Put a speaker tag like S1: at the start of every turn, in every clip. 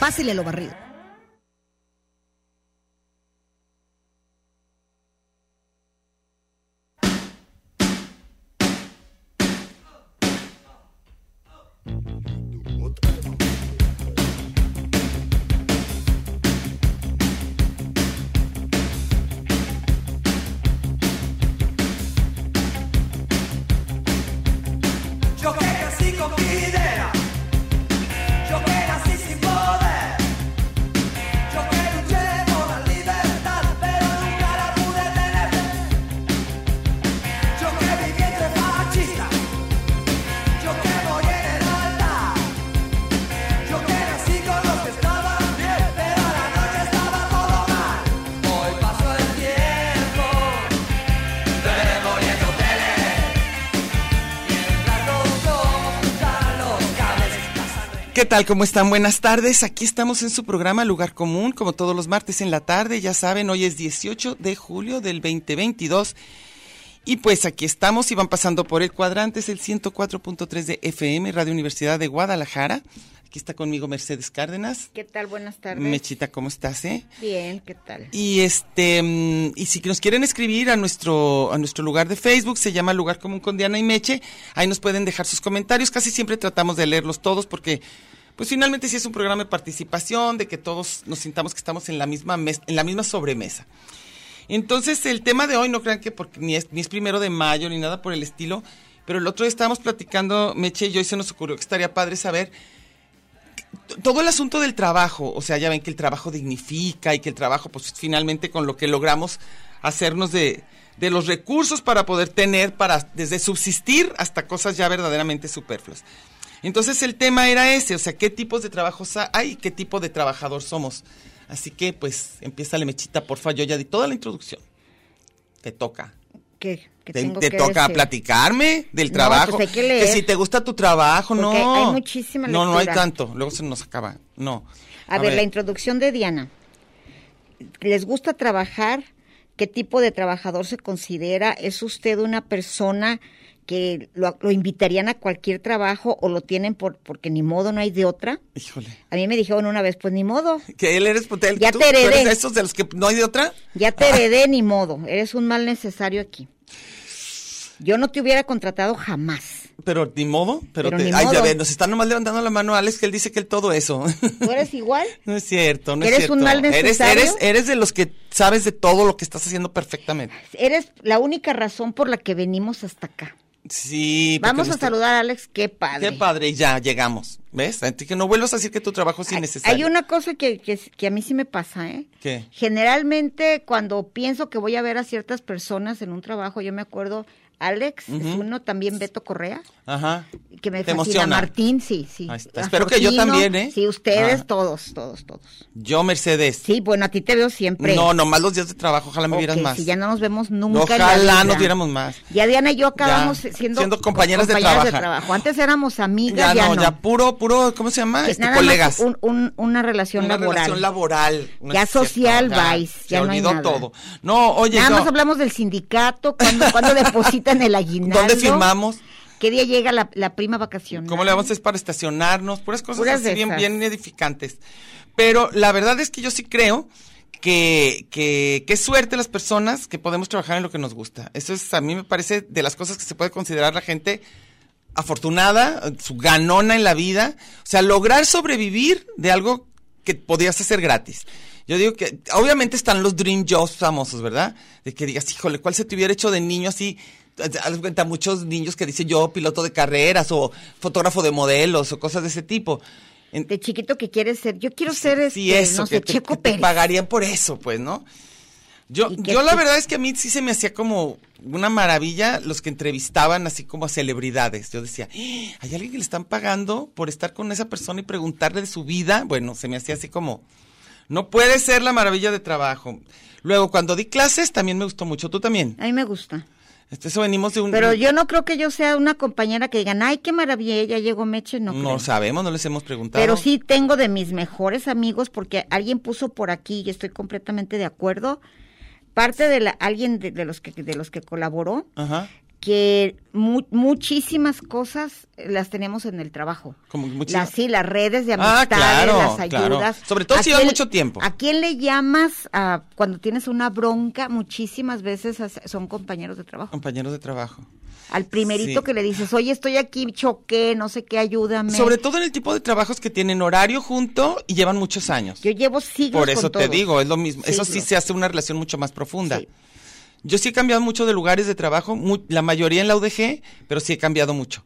S1: Pásele lo barrido.
S2: Yo que nací con mi idea, yo que nací sin poder, yo que luché por la libertad, pero nunca la pude tener. Yo que viví entre fascistas, yo que morí en el altar, yo que nací con los que estaban bien, pero a la noche estaba todo mal. Hoy pasó el tiempo, memoria con tele. Mientras los dos juntan los cables, la sangre
S3: ¿Qué tal? ¿Cómo están? Buenas tardes. Aquí estamos en su programa Lugar Común, como todos los martes en la tarde. Ya saben, hoy es 18 de julio del 2022. Y pues aquí estamos y van pasando por el cuadrante, es el 104.3 de FM, Radio Universidad de Guadalajara. Aquí está conmigo Mercedes Cárdenas.
S4: ¿Qué tal? Buenas tardes.
S3: Mechita, ¿cómo estás, eh?
S4: Bien, ¿qué tal?
S3: Y este mm, y si nos quieren escribir a nuestro a nuestro lugar de Facebook se llama Lugar Común con Diana y Meche, ahí nos pueden dejar sus comentarios, casi siempre tratamos de leerlos todos porque pues finalmente sí es un programa de participación, de que todos nos sintamos que estamos en la misma mes- en la misma sobremesa. Entonces, el tema de hoy, no crean que porque ni es, ni es primero de mayo ni nada por el estilo, pero el otro día estábamos platicando, Meche y yo, y se nos ocurrió que estaría padre saber t- todo el asunto del trabajo. O sea, ya ven que el trabajo dignifica y que el trabajo, pues finalmente con lo que logramos hacernos de, de los recursos para poder tener, para desde subsistir hasta cosas ya verdaderamente superfluas. Entonces el tema era ese, o sea, qué tipos de trabajos ha- hay y qué tipo de trabajador somos. Así que pues empieza la mechita, porfa, yo ya di toda la introducción. Te toca.
S4: ¿Qué? ¿Qué
S3: Te,
S4: tengo
S3: te
S4: que
S3: toca
S4: decir?
S3: platicarme del
S4: No,
S3: trabajo.
S4: pues, hay que leer.
S3: si te gusta tu trabajo, no.
S4: Porque hay muchísima
S3: No, no hay
S4: lectura.
S3: tanto. Luego se nos acaba. No.
S4: A, ver, la introducción de Diana. ¿Les gusta trabajar? ¿Qué tipo de trabajador se considera? ¿Es usted una persona que lo, lo invitarían a cualquier trabajo o lo tienen por porque ni modo no hay de otra?
S3: Híjole.
S4: A mí me dijeron una vez, pues ni modo,
S3: Que él eres pues, él-
S4: Ya
S3: tú,
S4: te
S3: tú eres
S4: heredé.
S3: de esos de los que no hay de otra.
S4: ya te heredé ni modo, eres un mal necesario aquí. Yo no te hubiera contratado jamás.
S3: Pero ni modo. Pero,
S4: Pero
S3: te-
S4: ni
S3: ay, ya
S4: modo.
S3: ve, nos están nomás levantando la mano a Alex que él dice que él todo eso.
S4: ¿Tú eres igual?
S3: No es cierto, no es
S4: ¿Eres
S3: cierto.
S4: un mal
S3: eres,
S4: necesario?
S3: eres, eres de los que sabes de todo lo que estás haciendo perfectamente.
S4: Eres la única razón por la que venimos hasta acá.
S3: Sí. porque
S4: Vamos
S3: no
S4: a
S3: está-
S4: saludar a Alex, qué padre.
S3: Qué padre, y ya llegamos. ¿Ves? Así que no vuelvas a decir que tu trabajo es
S4: Hay-
S3: innecesario.
S4: Hay una cosa que, que, que a mí sí me pasa, ¿eh?
S3: ¿Qué?
S4: Generalmente cuando pienso que voy a ver a ciertas personas en un trabajo, yo me acuerdo, Alex, es
S3: Ujú.
S4: uno también Beto Correa,
S3: Ajá.
S4: que me
S3: Te
S4: fascina,
S3: emociona.
S4: Martín, sí, sí.
S3: Ahí está.
S4: a
S3: Espero que yo también, ¿eh?
S4: Sí, ustedes,
S3: Ah.
S4: todos, todos, todos.
S3: Yo, Mercedes.
S4: Sí, bueno, a ti te veo siempre.
S3: No, nomás los días de trabajo, ojalá me
S4: Ok,
S3: vieras más.
S4: Si ya no nos vemos nunca. en la
S3: ojalá
S4: vida.
S3: nos viéramos más.
S4: Ya Diana y yo acabamos
S3: Ya,
S4: siendo,
S3: siendo compañeras de trabaja.
S4: Antes éramos
S3: Ya,
S4: amigas, ya,
S3: no,
S4: no.
S3: ya puro, puro, ¿cómo se llama?
S4: Que
S3: Este,
S4: nada más
S3: colegas.
S4: un- un- una relación
S3: Una
S4: laboral.
S3: relación laboral. No
S4: Ya
S3: es cierto,
S4: social,
S3: ya,
S4: vais,
S3: se
S4: ya no hay
S3: olvidó
S4: nada.
S3: todo. No, oye,
S4: Nada
S3: no.
S4: más hablamos del sindicato, cuando, depositan el aguinaldo.
S3: ¿dónde firmamos?
S4: ¿Qué día llega la, la prima vacacional?
S3: ¿Cómo le vamos a hacer para estacionarnos? Puras cosas
S4: Puras
S3: así
S4: de
S3: bien,
S4: esas.
S3: bien edificantes. Pero la verdad es que yo sí creo que, que, qué suerte las personas que podemos trabajar en lo que nos gusta. Eso es, a mí me parece, de las cosas que se puede considerar la gente afortunada, su ganona en la vida. O sea, lograr sobrevivir de algo que podías hacer gratis. Yo digo que, obviamente están los dream jobs famosos, ¿verdad? De que digas, híjole, ¿cuál se te hubiera hecho de niño así? haz de cuenta, muchos niños que dicen yo piloto de carreras o fotógrafo de modelos o cosas de ese tipo. En-
S4: De chiquito que quieres ser, yo quiero ser este,
S3: sí, eso,
S4: no
S3: que
S4: sé,
S3: te,
S4: Checo
S3: que te
S4: Pérez.
S3: pagarían por eso, pues, ¿no? Yo,
S4: Y que
S3: yo la
S4: tú-
S3: verdad es que a mí sí se me hacía como una maravilla los que entrevistaban así como a celebridades. Yo decía, "Ah, ¿hay alguien que le están pagando por estar con esa persona y preguntarle de su vida? Bueno, se me hacía así como, no puede ser la maravilla de trabajo. Luego, cuando di clases, también me gustó mucho. Tú también.
S4: A mí me gusta.
S3: Este, Eso venimos de un...
S4: Pero yo no creo que yo sea una compañera que digan, ay, qué maravilla, ya llegó Meche, no,
S3: no
S4: creo.
S3: sabemos, no les hemos preguntado.
S4: Pero sí tengo de mis mejores amigos, porque alguien puso por aquí, y estoy completamente de acuerdo, parte de la, alguien de, de los que, de los que colaboró,
S3: Ajá.
S4: que mu- muchísimas cosas las tenemos en el trabajo.
S3: Como muchísimas-
S4: las, sí, las redes de
S3: Ah,
S4: amistades,
S3: claro,
S4: las
S3: claro.
S4: ayudas.
S3: Sobre todo
S4: ¿A
S3: si lleva
S4: quién-
S3: mucho tiempo.
S4: ¿A quién le llamas ah, cuando tienes una bronca? Muchísimas veces as- son compañeros de trabajo.
S3: Compañeros de trabajo.
S4: Al primerito
S3: Sí.
S4: que le dices, oye, estoy aquí, choqué, no sé qué, ayúdame.
S3: Sobre todo en el tipo de trabajos que tienen horario junto y llevan muchos años.
S4: Yo llevo siglos
S3: Por eso
S4: con
S3: te
S4: todos.
S3: digo, es lo mismo. Eso sí
S4: Siglos.
S3: se hace una relación mucho más profunda.
S4: Sí.
S3: Yo sí he cambiado mucho de lugares de trabajo, mu- la mayoría en la UDG, pero sí he cambiado mucho.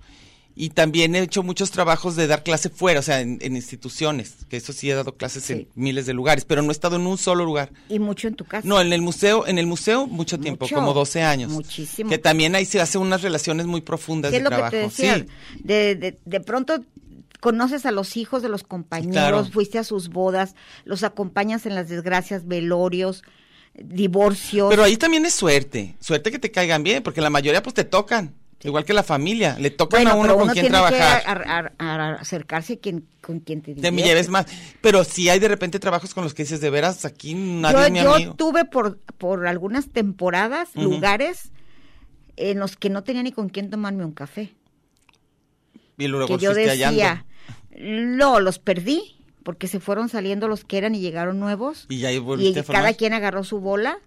S3: Y también he hecho muchos trabajos de dar clase fuera, o sea, en, en instituciones, que eso sí he dado clases en
S4: Sí.
S3: miles de lugares, pero no he estado en un solo lugar.
S4: Y mucho en tu casa.
S3: No, en el museo, en el museo mucho tiempo,
S4: Mucho.
S3: como 12 años.
S4: Muchísimo.
S3: Que también ahí se hace unas relaciones muy profundas
S4: ¿Qué
S3: de
S4: es lo
S3: trabajo.
S4: que te decía?
S3: Sí.
S4: De, de- de pronto conoces a los hijos de los compañeros,
S3: Claro.
S4: fuiste a sus bodas, los acompañas en las desgracias, velorios, divorcios.
S3: Pero ahí también es suerte, suerte que te caigan bien, porque la mayoría pues te tocan, igual que la familia, le tocan
S4: Bueno,
S3: a uno
S4: pero
S3: con quien
S4: tiene que
S3: trabajar.
S4: ar- ar- ar- acercarse quien, con quien te
S3: Te me
S4: diviertes.
S3: lleves más. Pero si hay de repente trabajos con los que dices, de veras, aquí nadie
S4: yo,
S3: es mi
S4: yo
S3: amigo.
S4: tuve por, por algunas temporadas
S3: Ujú.
S4: lugares en los que no tenía ni con quién tomarme un café.
S3: y luego
S4: que yo
S3: fuiste
S4: decía,
S3: hallando.
S4: no, los perdí porque se fueron saliendo los que eran y llegaron nuevos.
S3: Y ya ahí
S4: y
S3: volviste a formar.
S4: cada quien agarró su bola.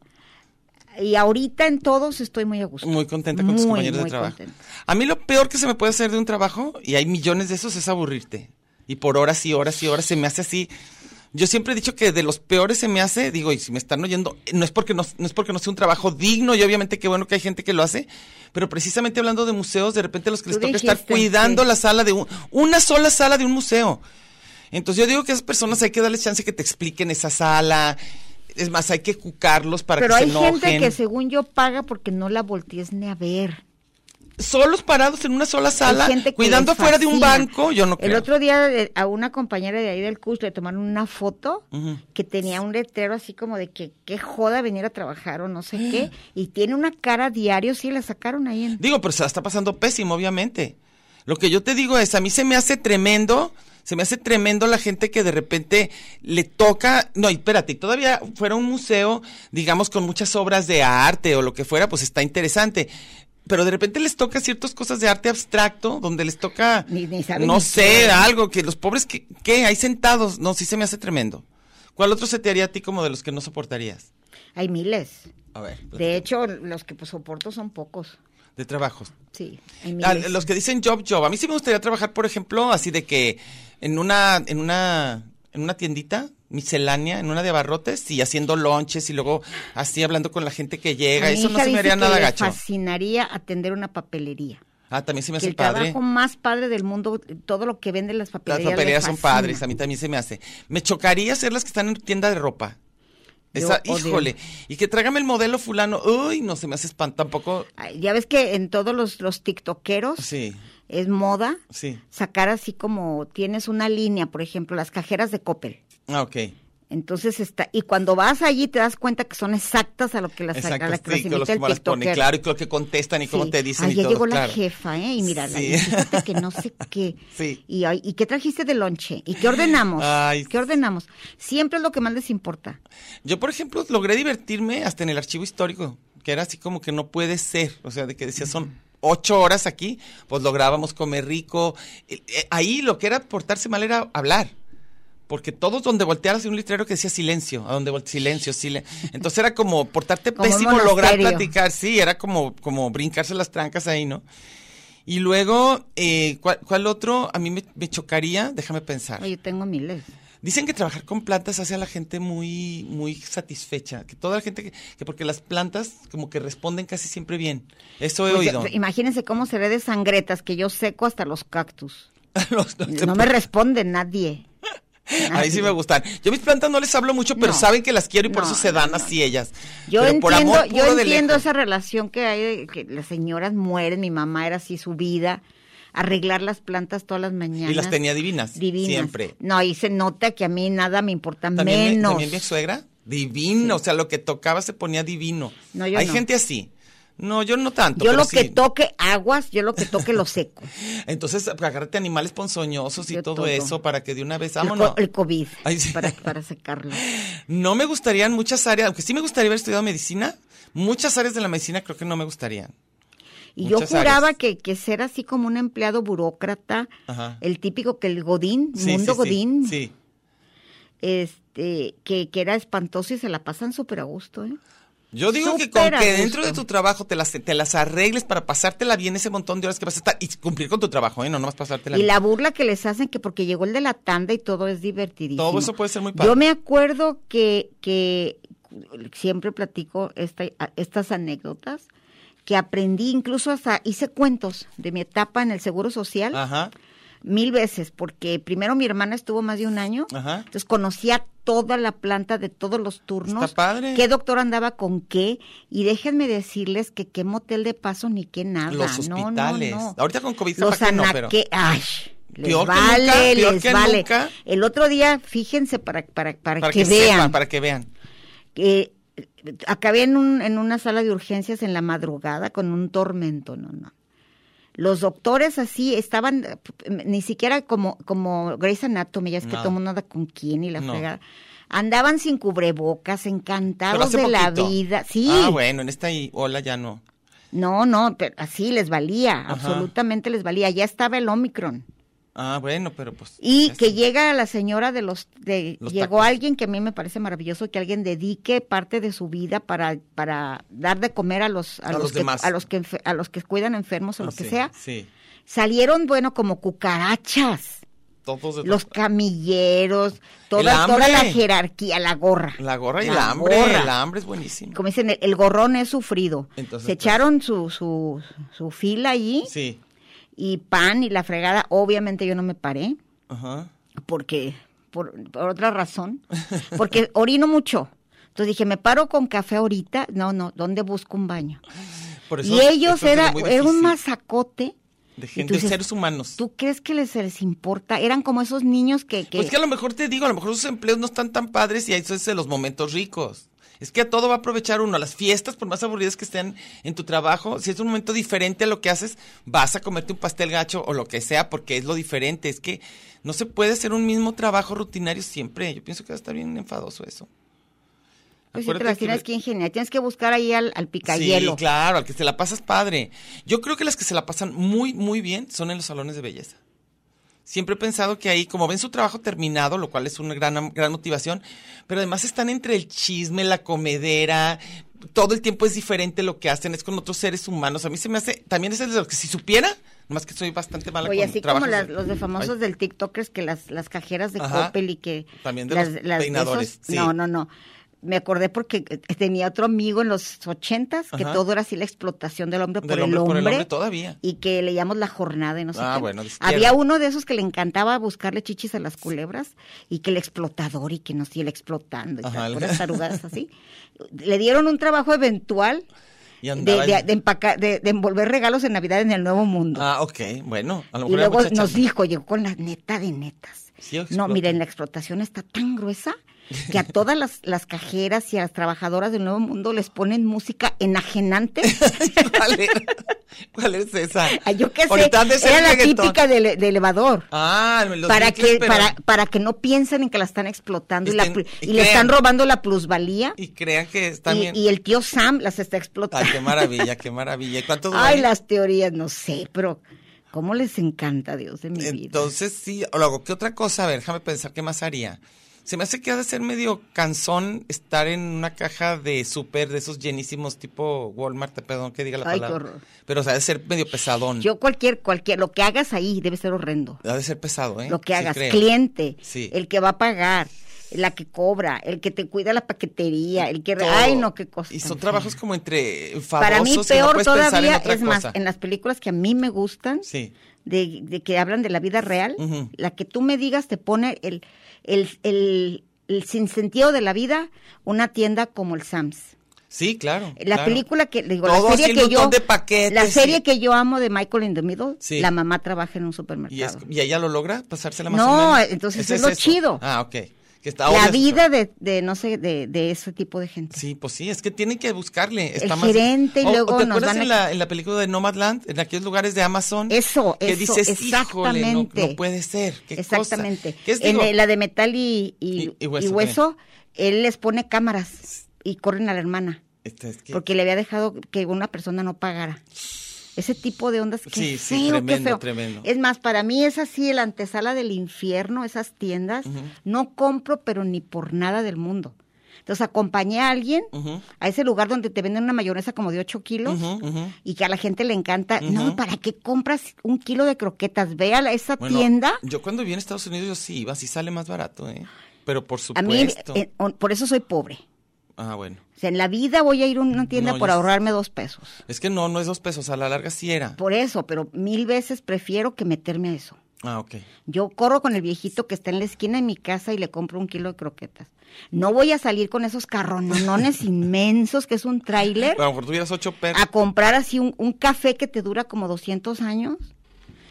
S4: Y ahorita en todos estoy muy a gusto.
S3: Muy contenta con tus
S4: Muy,
S3: compañeros de
S4: muy
S3: trabajo.
S4: contenta.
S3: A mí lo peor que se me puede hacer de un trabajo, y hay millones de esos, es aburrirte. Y por horas y horas y horas se me hace así. Yo siempre he dicho que de los peores se me hace, digo, y si me están oyendo, no es porque no, no es porque no sea un trabajo digno, y obviamente qué bueno que hay gente que lo hace, pero precisamente hablando de museos, de repente los que les
S4: Tú
S3: toca estar
S4: dijiste,
S3: cuidando
S4: sí.
S3: la sala de un- una sola sala de un museo. Entonces yo digo que a esas personas hay que darles chance que te expliquen esa sala. Es más, hay que cucarlos para
S4: Pero
S3: que
S4: hay
S3: se enojen.
S4: gente que según yo paga porque no la voltees ni a ver.
S3: solos parados en una sola
S4: Hay
S3: sala,
S4: gente que
S3: cuidando
S4: les
S3: afuera de un
S4: fascina.
S3: banco, yo no creo.
S4: El otro día eh, a una compañera de ahí del curso le tomaron una foto
S3: Ujú.
S4: que tenía un letrero así como de que qué joda venir a trabajar o no sé qué. Y tiene una cara diario, sí, la sacaron ahí en...
S3: Digo, pero se la está pasando pésimo, obviamente. Lo que yo te digo es, a mí se me hace tremendo, se me hace tremendo la gente que de repente le toca, no, y espérate, y todavía fuera un museo, digamos, con muchas obras de arte o lo que fuera, pues está interesante. Pero de repente les toca ciertas cosas de arte abstracto, donde les toca,
S4: Ni- ni saben
S3: no
S4: ni
S3: sé,
S4: qué.
S3: algo que los pobres, que, ¿qué? Ahí sentados, no, sí se me hace tremendo. ¿Cuál otro se te haría a ti como de los que no soportarías?
S4: Hay miles.
S3: A ver.
S4: De hecho, los que pues, soporto son pocos.
S3: De trabajos.
S4: Sí, hay
S3: Ah,
S4: miles.
S3: los que dicen job, job. A mí sí me gustaría trabajar, por ejemplo, así de que en una, en una, en una tiendita miscelánea, en una de abarrotes y haciendo lonches y luego así hablando con la gente que llega.
S4: A mi
S3: Eso no
S4: hija
S3: se me
S4: dice
S3: haría
S4: que
S3: nada
S4: le
S3: gacho.
S4: fascinaría atender una papelería.
S3: Ah, también se me hace
S4: Que el
S3: padre.
S4: trabajo más padre del mundo, todo lo que venden las
S3: Las
S4: papelerías. le
S3: papelerías son
S4: fascina.
S3: padres, a mí también se me hace. Me chocaría hacer las que están en tienda de ropa.
S4: Yo
S3: Esa,
S4: odio.
S3: híjole. Y que tráigame el modelo fulano. Uy, no se me hace espanto tampoco.
S4: Ay, Ya ves que en todos los, los tiktokeros
S3: Sí,
S4: es moda
S3: sí.
S4: sacar así como tienes una línea, por ejemplo, las cajeras de Coppel.
S3: Ah, ok.
S4: Entonces está, y cuando vas allí te das cuenta que son exactas a lo que las, a
S3: Exacto,
S4: la que las
S3: sí, con los
S4: invita el
S3: cómo las ponen,
S4: tiktokero.
S3: claro, y creo que contestan y cómo
S4: Sí.
S3: te dicen
S4: Ay,
S3: y
S4: ya
S3: todo,
S4: llegó
S3: claro.
S4: la jefa, ¿eh? Y mira, la
S3: Sí.
S4: y fíjate que no sé qué.
S3: Sí.
S4: Y, ay, ¿y qué trajiste de lonche? ¿Y qué ordenamos?
S3: Ay,
S4: ¿Qué ordenamos? Siempre es lo que más les importa.
S3: Yo, por ejemplo, logré divertirme hasta en el archivo histórico, que era así como que no puede ser, o sea, de que decía son ocho horas aquí, pues lográbamos comer rico. Eh, eh, Ahí lo que era portarse mal era hablar. Porque todos donde voltearas había un letrero que decía silencio, a donde vol- silencio, silencio. Entonces era como portarte
S4: Como un
S3: pésimo, lograr
S4: monasterio.
S3: platicar, sí, era como, como brincarse las trancas ahí, ¿no? Y luego, eh, ¿cuál, cuál otro? A mí me, me chocaría, déjame pensar.
S4: Ay, Yo tengo miles.
S3: Dicen que trabajar con plantas hace a la gente muy, muy satisfecha. Que toda la gente, que, que porque las plantas como que responden casi siempre bien. Eso he
S4: Pues yo-
S3: oído.
S4: imagínense cómo seré de sangretas, que yo seco hasta los cactus.
S3: Los-
S4: No me responde nadie.
S3: Ahí sí me gustan. Yo a mis plantas no les hablo mucho, pero
S4: No.
S3: saben que las quiero y por
S4: No,
S3: eso se
S4: no,
S3: dan
S4: no.
S3: así ellas.
S4: Yo
S3: Pero por
S4: entiendo,
S3: amor
S4: yo
S3: puro de
S4: entiendo
S3: lejos.
S4: esa relación que hay de que las señoras mueren, mi mamá era así su vida, arreglar las plantas todas las mañanas.
S3: Y las tenía divinas.
S4: divinas.
S3: Siempre.
S4: No, ahí se nota que a mí nada me importa
S3: También, me-
S4: menos.
S3: también mi suegra, divino. O sea, lo que tocaba se ponía divino.
S4: No, yo
S3: Hay
S4: no.
S3: gente así. No, yo no tanto.
S4: yo
S3: pero
S4: lo
S3: sí.
S4: que toque aguas, yo lo que toque lo seco.
S3: Entonces, agárrate animales ponzoñosos y
S4: Yo
S3: todo,
S4: todo.
S3: eso para que de una vez,
S4: el,
S3: vámonos.
S4: co- el COVID,
S3: Ay, sí.
S4: para, para secarlo.
S3: No me gustarían muchas áreas, aunque sí me gustaría haber estudiado medicina, muchas áreas de la medicina creo que no me gustarían.
S4: Y
S3: Muchas
S4: yo juraba
S3: áreas.
S4: que, que ser así como un empleado burócrata,
S3: Ajá.
S4: el típico que el Godín,
S3: Sí,
S4: mundo
S3: sí, sí,
S4: Godín,
S3: Sí.
S4: este que, que era espantoso y se la pasan súper a gusto. ¿eh?
S3: Yo digo que con
S4: Súper a
S3: que dentro de
S4: gusto.
S3: tu trabajo te las, te las arregles para pasártela bien ese montón de horas que vas a estar y cumplir con tu trabajo, ¿eh? No nomás pasártela
S4: Y
S3: bien.
S4: la burla que les hacen que porque llegó el de la tanda y todo es divertidísimo.
S3: Todo eso puede ser muy padre.
S4: Yo me acuerdo que, que siempre platico esta- estas anécdotas que aprendí incluso hasta hice cuentos de mi etapa en el Seguro Social
S3: Ajá.
S4: mil veces porque primero mi hermana estuvo más de un año,
S3: Ajá.
S4: entonces conocía toda la planta de todos los turnos,
S3: Está padre.
S4: qué doctor andaba con qué y déjenme decirles que qué motel de paso ni qué nada,
S3: Los
S4: No, no,
S3: hospitales.
S4: no.
S3: Ahorita con COVID
S4: Los
S3: capaz que no, pero-
S4: anaque, ay, les
S3: Peor que
S4: vale,
S3: nunca, peor
S4: les
S3: que
S4: vale.
S3: nunca.
S4: El otro día, fíjense para para para,
S3: Para
S4: que,
S3: que,
S4: vean
S3: sepan, para que vean.
S4: que eh, acabé en, un- en una sala de urgencias en la madrugada con un tormento, no, no. Los doctores así estaban, eh, p- p- ni siquiera como, como Grey's Anatomy, ya es que
S3: Nada.
S4: todo mundo anda con quién y la
S3: No.
S4: fregada. Andaban sin cubrebocas,
S3: Pero
S4: encantados
S3: hace
S4: de la
S3: poquito.
S4: vida. Sí.
S3: Ah, bueno, en esta y- ola ya no.
S4: No, no, pero así les valía,
S3: Ajá.
S4: absolutamente les valía. Ya estaba el Omicron.
S3: Ah, bueno, pero pues.
S4: Y
S3: ya
S4: que
S3: está.
S4: llega la señora de los, de,
S3: Los
S4: llegó
S3: tacos.
S4: alguien que a mí me parece maravilloso que alguien dedique parte de su vida para, para dar de comer a los, a,
S3: A
S4: los,
S3: los
S4: que,
S3: demás.
S4: a los que enfe- a los que cuidan enfermos o lo
S3: Ah,
S4: que
S3: sí,
S4: sea.
S3: Sí.
S4: Salieron bueno como cucarachas,
S3: Todos de
S4: los camilleros, toda,
S3: Pues, hambre.
S4: toda la jerarquía, la gorra.
S3: La gorra y el
S4: la
S3: hambre.
S4: gorra.
S3: El hambre es buenísimo.
S4: Como dicen, el, el gorrón es sufrido.
S3: Entonces,
S4: Se
S3: pues-
S4: echaron su, su, su fila allí
S3: Sí.
S4: y pan y la fregada. Obviamente yo no me paré.
S3: Ajá.
S4: porque por, por otra razón, porque orino mucho. Entonces dije, me paro con café ahorita, no, no, ¿dónde busco un baño?
S3: Por eso
S4: y ellos
S3: esto es
S4: era,
S3: muy
S4: era un
S3: difícil.
S4: masacote.
S3: De
S4: y
S3: gente,
S4: tú dices,
S3: seres humanos.
S4: ¿Tú crees que les, les importa? Eran como esos niños que... que-
S3: Pues que a lo mejor te digo, a lo mejor sus empleos no están tan padres y eso es de los momentos ricos. Es que a todo va a aprovechar uno. Las fiestas, por más aburridas que estén en tu trabajo, si es un momento diferente a lo que haces, vas a comerte un pastel gacho o lo que sea porque es lo diferente. Es que no se puede hacer un mismo trabajo rutinario siempre. Yo pienso que va a estar bien enfadoso eso.
S4: pues sí, te
S3: Acuérdate
S4: las
S3: que-
S4: tienes que ingeniar, tienes que buscar ahí al, al picayelo.
S3: Sí, claro, al que se la pasas padre. Yo creo que las que se la pasan muy, muy bien son en los salones de belleza. Siempre he pensado que ahí, como ven su trabajo terminado, lo cual es una gran, gran motivación, pero además están entre el chisme, la comedera, todo el tiempo es diferente lo que hacen, es con otros seres humanos. A mí se me hace, también es de lo que si supiera, nomás que soy bastante mala
S4: Oye,
S3: con
S4: así
S3: trabajos
S4: como las-
S3: de-
S4: los de famosos
S3: Ay,
S4: del TikTokers que las, las cajeras de
S3: Ajá.
S4: Coppel y que...
S3: También de
S4: las,
S3: los
S4: las de
S3: peinadores,
S4: esos-
S3: sí.
S4: No, no, no. Me acordé porque eh, tenía otro amigo en los ochentas que
S3: Ajá.
S4: todo era así la explotación del hombre,
S3: Del
S4: por,
S3: hombre
S4: el hombre,
S3: por el hombre todavía.
S4: Y que leíamos la jornada y no sé
S3: Ah,
S4: qué.
S3: bueno, de izquierda.
S4: Había uno de esos que le encantaba buscarle chichis a las culebras y que el explotador y que no sé, el explotando y
S3: Ajá,
S4: tal,
S3: el-
S4: puras tarugadas así. Le dieron un trabajo eventual
S3: y
S4: de,
S3: andaba
S4: de-
S3: en-
S4: de empacar- de- de envolver regalos en Navidad en el Nuevo Mundo.
S3: Ah, ok, bueno, a lo
S4: Y
S3: mejor era
S4: luego
S3: mucha
S4: nos
S3: chamba.
S4: dijo, llegó con la neta de netas.
S3: Sí,
S4: no,
S3: explota.
S4: miren, la explotación está tan gruesa que a todas las, las cajeras y a las trabajadoras del Nuevo Mundo les ponen música enajenante.
S3: ¿Cuál era? ¿Cuál es esa?
S4: Ah, Yo qué sé,
S3: Ahorita han de ser
S4: era la
S3: reggaetón.
S4: típica de, ele- de elevador.
S3: Ah, los
S4: para
S3: Beatles,
S4: que
S3: pero-
S4: para para que no piensen en que la están explotando y,
S3: Y
S4: la
S3: estén-
S4: plu-
S3: y
S4: y le
S3: crean.
S4: están robando la plusvalía
S3: Y crean que están
S4: y,
S3: bien.
S4: y el tío Sam las está explotando.
S3: Ay, qué maravilla, qué maravilla. ¿Y cuántos
S4: Ay,
S3: hay?
S4: las teorías, no sé, pero cómo les encanta Dios de mi vida.
S3: Entonces, sí. o Luego, ¿qué otra cosa? A ver, déjame pensar qué más haría. Se me hace que ha de ser medio cansón estar en una caja de súper de esos llenísimos tipo Walmart, perdón que diga la
S4: Ay, qué
S3: palabra.
S4: horror.
S3: Pero o sea, ha de ser medio pesadón.
S4: Yo cualquier, cualquier, lo que hagas ahí debe ser horrendo.
S3: ha de ser pesado, ¿eh?
S4: Lo que
S3: Sí
S4: hagas,
S3: creo.
S4: cliente,
S3: Sí.
S4: el que va a pagar, la que cobra, el que te cuida la paquetería, el que...
S3: Todo.
S4: Ay, no, qué cosa.
S3: Y
S4: tan
S3: son
S4: fea.
S3: trabajos como entre enfadosos
S4: Para mí
S3: y no
S4: peor
S3: puedes pensar en
S4: todavía
S3: otra
S4: es
S3: cosa.
S4: más, en las películas que a mí me gustan,
S3: Sí.
S4: de, de que hablan de la vida real,
S3: Ujú.
S4: la que tú me digas te pone el, el, el, el sinsentido de la vida, una tienda como el Sams.
S3: Sí, claro.
S4: La
S3: claro.
S4: película que, digo,
S3: Todo
S4: la
S3: así,
S4: serie
S3: un
S4: que yo,
S3: montón de paquetes
S4: la serie
S3: y-
S4: que yo amo de Michael in the Middle,
S3: Sí.
S4: la mamá trabaja en
S3: ¿Y,
S4: un
S3: es-
S4: supermercado.
S3: y ella lo logra pasársela más
S4: No,
S3: o menos?
S4: entonces
S3: Ese
S4: es lo
S3: eso.
S4: chido.
S3: Ah, ok. Que está
S4: la
S3: obvio-
S4: vida de, de, no sé, de, de ese tipo de gente.
S3: Sí, pues sí, es que tienen que buscarle. Está
S4: El
S3: más-
S4: gerente y
S3: O- o
S4: luego
S3: ¿Te
S4: nos
S3: acuerdas
S4: van a-
S3: en, la, en la película de Nomadland? En aquellos lugares de Amazon.
S4: Eso,
S3: que
S4: eso,
S3: dices, híjole, no-
S4: exactamente.
S3: no, puede ser. qué cosa".
S4: Exactamente.
S3: Que es,
S4: en eh,
S3: digo,
S4: la de metal y, y-
S3: Y- y
S4: y
S3: hueso
S4: hueso, él les pone cámaras y corren a la hermana
S3: este, es que-
S4: porque le había dejado que una persona no pagara. Ese tipo de ondas que
S3: Sí, sí, tremendo, tremendo.
S4: Es más, para mí es así el antesala del infierno, esas tiendas.
S3: Ujú.
S4: No compro, pero ni por nada del mundo. Entonces acompañé a alguien
S3: Ujú.
S4: a ese lugar donde te venden una mayonesa como de 8 kilos
S3: Ujú, ujú.
S4: y que a la gente le encanta.
S3: Ujú.
S4: No, ¿para qué compras un kilo de croquetas? Ve a la- esa
S3: Bueno,
S4: tienda.
S3: Yo cuando viví en Estados Unidos, yo sí iba, sí sale más barato, ¿eh? Pero por
S4: A mí,
S3: supuesto.
S4: eh, on- por eso soy pobre.
S3: ah, bueno.
S4: O sea, en la vida voy a ir a una tienda
S3: No,
S4: por
S3: yo-
S4: ahorrarme dos pesos.
S3: Es que no, no es dos pesos, a la larga sí era.
S4: Por eso, pero mil veces prefiero que meterme a eso.
S3: Ah, ok.
S4: Yo corro con el viejito que está en la esquina de mi casa y le compro un kilo de croquetas. No voy a salir con esos carronones inmensos que es un tráiler
S3: Pero a lo mejor tuvieras ocho perros.
S4: a comprar así un, un café que te dura como 200 años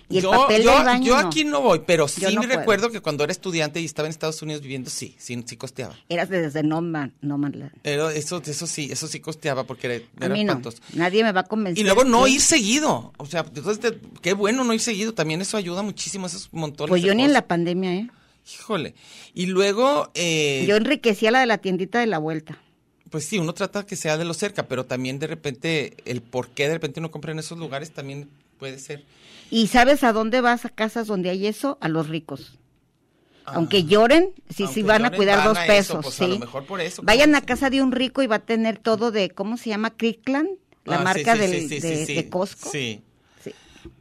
S4: y el
S3: yo,
S4: papel
S3: yo-
S4: del baño
S3: yo
S4: no.
S3: aquí no voy, pero sí
S4: Yo no
S3: me
S4: puedo.
S3: recuerdo que cuando era estudiante y estaba en Estados Unidos viviendo, sí, sí, sí costeaba.
S4: Eras desde No Man, no Man Land.
S3: Pero eso, eso sí, eso sí costeaba porque era,
S4: A
S3: era
S4: mí no.
S3: espantoso.
S4: Nadie me va a convencer.
S3: Y luego no
S4: que-
S3: ir seguido. O sea, entonces, te- qué bueno no ir seguido. También eso ayuda muchísimo, esos montones
S4: Pues
S3: de
S4: yo ni en
S3: cosas.
S4: la pandemia, ¿eh?
S3: Híjole. Y luego, eh,
S4: Yo enriquecía la de la tiendita de la vuelta.
S3: pues sí, uno trata que sea de lo cerca, pero también de repente el por qué de repente uno compra en esos lugares también puede ser.
S4: ¿Y sabes a dónde vas a casas donde hay eso? A los ricos.
S3: Ah,
S4: Aunque lloren, sí,
S3: aunque
S4: sí van
S3: lloren,
S4: a cuidar
S3: van
S4: dos
S3: a eso,
S4: pesos.
S3: pues, a
S4: sí.
S3: lo mejor por eso,
S4: Vayan
S3: como
S4: a
S3: dicen.
S4: casa de un rico y va a tener todo de, ¿cómo se llama? Kirkland, la
S3: ah, sí,
S4: marca
S3: sí,
S4: del,
S3: sí, sí, sí,
S4: de,
S3: sí.
S4: de Costco.
S3: Sí.
S4: Sí.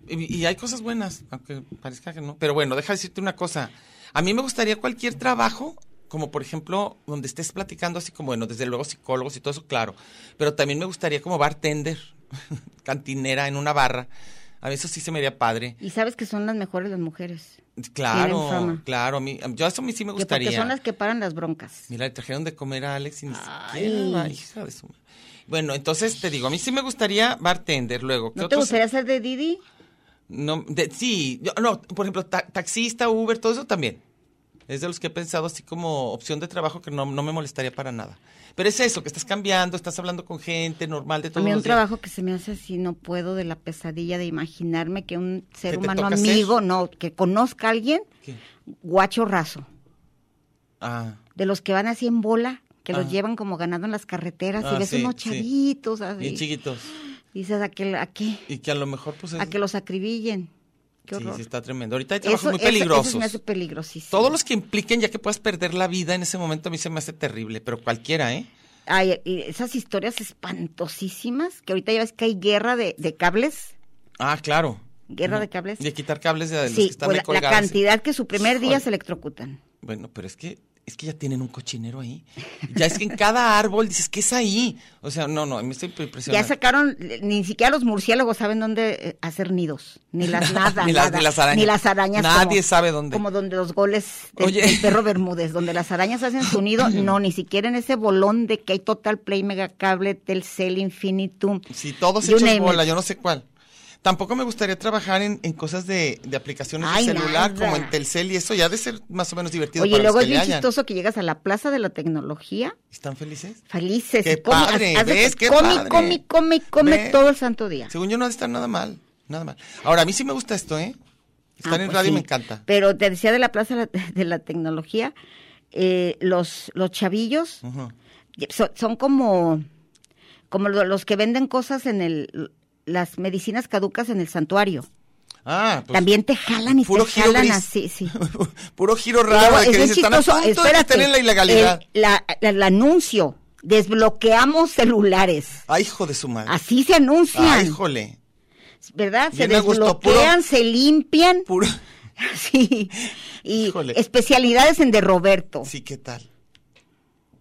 S3: Y, y hay cosas buenas, aunque parezca que no. Pero bueno, deja de decirte una cosa. A mí me gustaría cualquier trabajo, como por ejemplo, donde estés platicando así como, bueno, desde luego psicólogos y todo eso, claro. Pero también me gustaría como bartender, cantinera en una barra. A mí eso sí se me haría padre.
S4: Y sabes que son las mejores las mujeres. Tienen
S3: Claro,
S4: fama.
S3: claro. A mí, yo eso a mí sí me
S4: Que porque
S3: gustaría.
S4: son las que paran las broncas.
S3: Mira, le trajeron de comer a Alex y ni
S4: Ay.
S3: siquiera, va, hija de su madre. Bueno, entonces te digo, a mí sí me gustaría bartender luego. ¿Qué
S4: ¿No te
S3: otros-
S4: gustaría ser de Didi?
S3: No, de- sí, yo- no, por ejemplo, ta- taxista, Uber, todo eso también. Es de los que he pensado así como opción de trabajo que no, no me molestaría para nada. Pero es eso, que estás cambiando, estás hablando con gente normal de
S4: A
S3: todos
S4: mí un
S3: los días.
S4: trabajo que se me hace así, no puedo de la pesadilla de imaginarme que un
S3: ¿Qué
S4: ser
S3: te
S4: humano
S3: toca hacer?
S4: amigo, no, que conozca a alguien,
S3: ¿Qué?
S4: guacho raso,
S3: Ah,
S4: de los que van así en bola, que
S3: Ah.
S4: los llevan como ganando en las carreteras
S3: Ah,
S4: y ves
S3: sí,
S4: unos
S3: sí.
S4: chavitos
S3: bien
S4: así.
S3: chiquitos.
S4: Dices, ¿a qué? ¿A qué?
S3: Y que a lo mejor, pues, es-
S4: A que los acribillen. Ah, Qué
S3: sí,
S4: horror.
S3: sí, está tremendo. Ahorita hay
S4: Eso-
S3: trabajos muy
S4: eso- eso se
S3: peligrosos.
S4: me hace peligrosísimo.
S3: Todos los que impliquen ya que puedas perder la vida en ese momento a mí se me hace terrible, pero cualquiera, ¿eh?
S4: Ay, y esas historias espantosísimas, que ahorita ya ves que hay guerra de, de cables,
S3: Ah, claro.
S4: guerra
S3: Ujú.
S4: de cables.
S3: De quitar cables de los que
S4: Sí,
S3: están
S4: pues
S3: ahí
S4: la- la,
S3: colgados.
S4: cantidad que su primer día
S3: Híjole.
S4: se electrocutan.
S3: Bueno, pero es que es que ya tienen un cochinero ahí. Ya es que en cada árbol dices que es ahí. O sea, no, no, a mí me estoy
S4: Ya
S3: impresionando.
S4: sacaron, eh, ni siquiera los murciélagos saben dónde eh, hacer nidos, ni las nada,
S3: Ni las-
S4: nada,
S3: ni las arañas.
S4: ni las arañas
S3: Nadie
S4: como-
S3: sabe dónde.
S4: Como donde los goles del,
S3: Oye.
S4: del perro Bermúdez, donde las arañas hacen su nido, no, ni siquiera en ese bolón de que hay Total Play, Megacable, Telcel, Infinitum.
S3: Si todos
S4: you
S3: hechos
S4: name
S3: bola,
S4: it.
S3: yo no sé cuál. Tampoco me gustaría trabajar en, en cosas de, de aplicaciones
S4: Ay,
S3: de celular,
S4: nada.
S3: como en Telcel y eso, ya ha de ser más o menos divertido
S4: Oye,
S3: para
S4: luego
S3: los
S4: es
S3: que le
S4: bien
S3: hayan.
S4: chistoso que llegas a la Plaza de la Tecnología,
S3: ¿Están felices?
S4: felices,
S3: ¡Qué
S4: y come,
S3: padre!
S4: haz de-
S3: ¿Ves? ¡Qué
S4: come,
S3: padre!
S4: come, come, come
S3: ¿Ves?
S4: todo el santo día.
S3: Según yo no ha de estar nada mal, nada mal. Ahora, a mí sí me gusta esto, ¿eh? Estar
S4: Ah,
S3: en
S4: pues
S3: radio
S4: sí.
S3: me encanta.
S4: Pero te decía de la Plaza de la- de la Tecnología, eh, los, los chavillos
S3: Ujú.
S4: son, son como, como lo- los que venden cosas en el, las medicinas caducas en el santuario.
S3: Ah, pues.
S4: También te jalan y
S3: puro
S4: te
S3: giro
S4: jalan
S3: gris.
S4: así, sí.
S3: Puro giro raro de
S4: Luego,
S3: que
S4: es
S3: dice, están a
S4: chistoso,
S3: punto de
S4: espérate,
S3: estar en la ilegalidad.
S4: El, la- la- el anuncio, desbloqueamos celulares.
S3: Ay, hijo de su madre.
S4: Así se anuncian,
S3: Ay, híjole.
S4: ¿verdad? Se
S3: Bien a gusto,
S4: desbloquean,
S3: puro-
S4: se limpian.
S3: Puro.
S4: Sí. Y
S3: Híjole.
S4: especialidades en de Roberto.
S3: Sí, ¿qué tal?